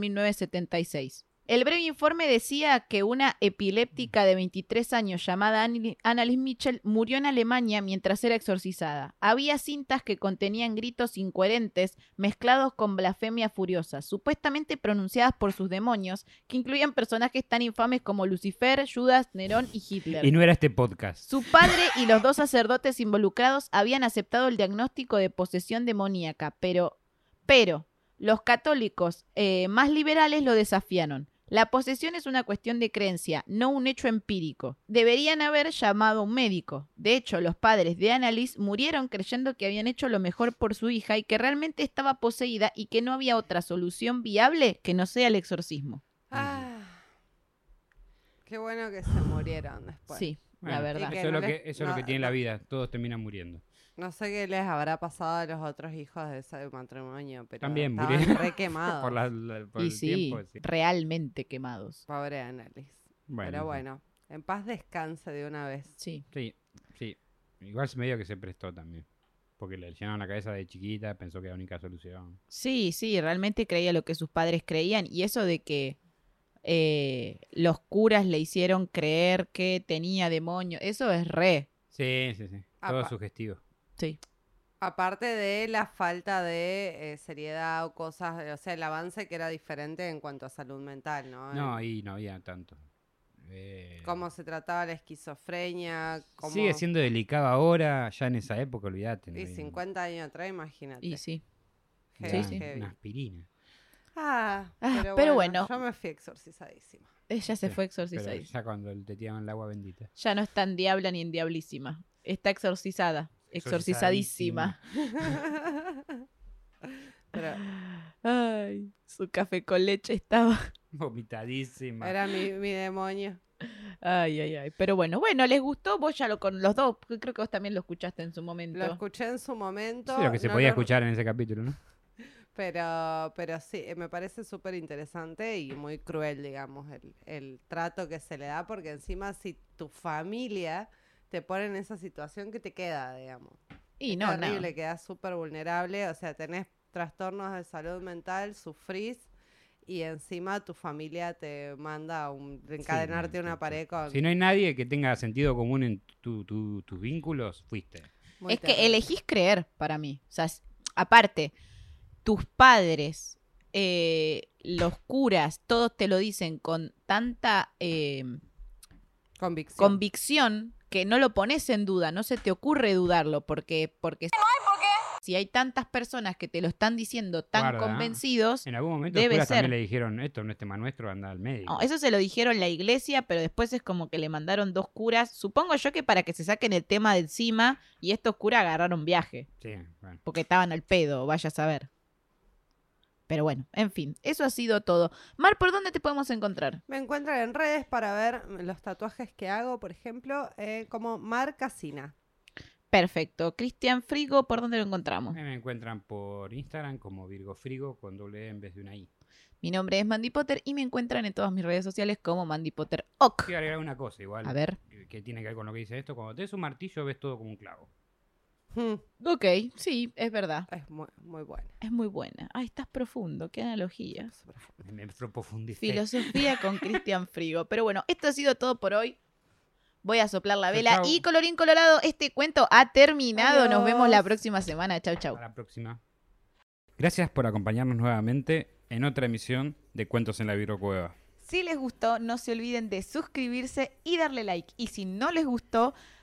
S2: 1976. El breve informe decía que una epiléptica de 23 años llamada Anni- Annalise Mitchell murió en Alemania mientras era exorcizada. Había cintas que contenían gritos incoherentes mezclados con blasfemia furiosa, supuestamente pronunciadas por sus demonios, que incluían personajes tan infames como Lucifer, Judas, Nerón y Hitler.
S4: Y no era este podcast.
S2: Su padre y los dos sacerdotes involucrados habían aceptado el diagnóstico de posesión demoníaca, pero, pero los católicos eh, más liberales lo desafiaron. La posesión es una cuestión de creencia, no un hecho empírico. Deberían haber llamado a un médico. De hecho, los padres de Annalise murieron creyendo que habían hecho lo mejor por su hija y que realmente estaba poseída y que no había otra solución viable que no sea el exorcismo.
S3: Ah, qué bueno que se murieron después.
S2: sí, la
S4: Bueno,
S2: verdad.
S3: Y que
S4: Eso, es lo
S3: no les-
S4: que, eso es lo que
S3: no-
S4: tiene la
S3: no-
S4: vida. Todos terminan muriendo.
S3: No sé qué les habrá pasado a los otros hijos de ese matrimonio, pero
S4: También
S3: estaban
S4: murieron.
S3: re
S4: (laughs)
S3: quemados.
S4: Por, la- la- por
S2: Y
S4: el
S2: sí,
S4: tiempo. sí.
S2: realmente quemados.
S3: Pobre Annalise.
S4: Bueno,
S3: pero
S4: sí.
S3: bueno, en paz descanse de una vez.
S2: Sí.
S4: Sí, sí. Igual se medio que se prestó también. Porque le llenaron la cabeza de chiquita, pensó que era la única solución.
S2: Sí, sí, realmente creía lo que sus padres creían y eso de que eh, los curas le hicieron creer que tenía demonio, eso es re.
S4: Sí, sí, sí. Todo
S3: Apa.
S4: sugestivo.
S2: Sí.
S3: Aparte de la falta de eh, seriedad o cosas, o sea, el avance que era diferente en cuanto a salud mental, ¿no?
S4: No,
S3: En
S4: ahí no había tanto. Eh,
S3: Cómo se trataba la esquizofrenia, cómo...
S4: Sigue siendo delicado ahora, ya en esa época, olvídate. no
S3: Y
S4: había-
S3: 50 años atrás, imagínate.
S2: Y sí.
S4: no
S3: Heavy,
S4: había
S2: Sí, sí.
S3: heavy.
S4: Una aspirina.
S3: Ah,
S2: Ah,
S3: pero,
S2: pero
S3: bueno,
S2: bueno.
S3: Yo me fui exorcizadísima.
S4: (laughs)
S2: Ella se
S4: Sí,
S2: fue
S4: Pero
S2: exorcizada.
S4: ya cuando te tiraban el agua bendita. (laughs)
S2: Ya no está en diabla ni en diablísima. Está exorcizada. Exorcizadísima.
S3: Pero
S2: Ay, su café con leche estaba.
S4: Vomitadísima.
S3: era mi, mi demonio.
S2: Ay, ay, ay. Pero bueno, bueno, les gustó. Vos ya lo con los dos. porque Creo que vos también lo escuchaste en su momento.
S3: Lo escuché en su momento.
S4: Sí, lo que se
S3: no
S4: podía
S3: lo-
S4: escuchar en ese capítulo, ¿no?
S3: Pero, pero sí, eh, me parece súper interesante y muy cruel, digamos, el, el trato que se le da, porque encima si tu familia te pone en esa situación que te queda, digamos.
S2: y
S3: Es
S2: no, no.
S3: terrible, quedas súper vulnerable, o sea, tenés trastornos de salud mental, sufrís y encima tu familia te manda a un, encadenarte a
S4: no,
S3: una
S4: no,
S3: pared con...
S4: Si no hay nadie que tenga sentido común en tu- tu- tus vínculos, fuiste.
S3: muy
S2: Es que
S3: terrible.
S2: elegís creer para mí. O sea, s- aparte, tus padres, eh, los curas, todos te lo dicen con tanta eh,
S3: Convicción.
S2: convicción que no lo pones en duda, no se te ocurre dudarlo, porque, porque si hay tantas personas que te lo están diciendo tan
S4: Guarda. ¿eh?
S2: convencidos,
S4: En algún momento
S2: Debe
S4: los curas
S2: ser.
S4: también le dijeron, esto no es tema nuestro, anda al médico.
S2: No, eso se lo dijeron la iglesia, pero después es como que le mandaron dos curas, supongo yo que para que se saquen el tema de encima y estos curas agarraron viaje.
S4: Sí, bueno.
S2: porque estaban al pedo, vaya a saber. Pero bueno, en fin, eso ha sido todo. Mar, ¿por dónde te podemos encontrar?
S3: Me encuentran en redes para ver los tatuajes que hago, por ejemplo, eh, como Mar Casina.
S2: Perfecto. Cristian Frigo, ¿por dónde lo encontramos?
S4: Ahí Me encuentran por Instagram como Virgo Frigo con doble E en vez de una I.
S2: Mi nombre es Mandy Potter y me encuentran en todas mis redes sociales como Mandy Potter Oc.
S4: Quiero agregar una cosa igual.
S2: A ver.
S4: que- eh, Que tiene que ver con lo que dice esto. Cuando tenés un martillo ves todo como un clavo. (laughs)
S3: Mm,
S2: Ok, sí, es verdad.
S3: Es muy, muy buena.
S2: Es muy buena. Ay, estás profundo, qué analogía.
S4: Me, me profundicé.
S2: Filosofía con
S4: (laughs)
S2: Cristian Frigo. Pero bueno, esto ha sido todo por hoy. Voy a soplar la
S4: Chau,
S2: vela
S4: chau.
S2: y colorín colorado, este cuento ha terminado. Nos vemos la
S3: Adiós.
S2: próxima semana. Chau, chau.
S4: A la próxima. Gracias por acompañarnos nuevamente en otra emisión de Cuentos en la Virocueva.
S2: Si les gustó, no se olviden de suscribirse y darle like. Y si no les gustó,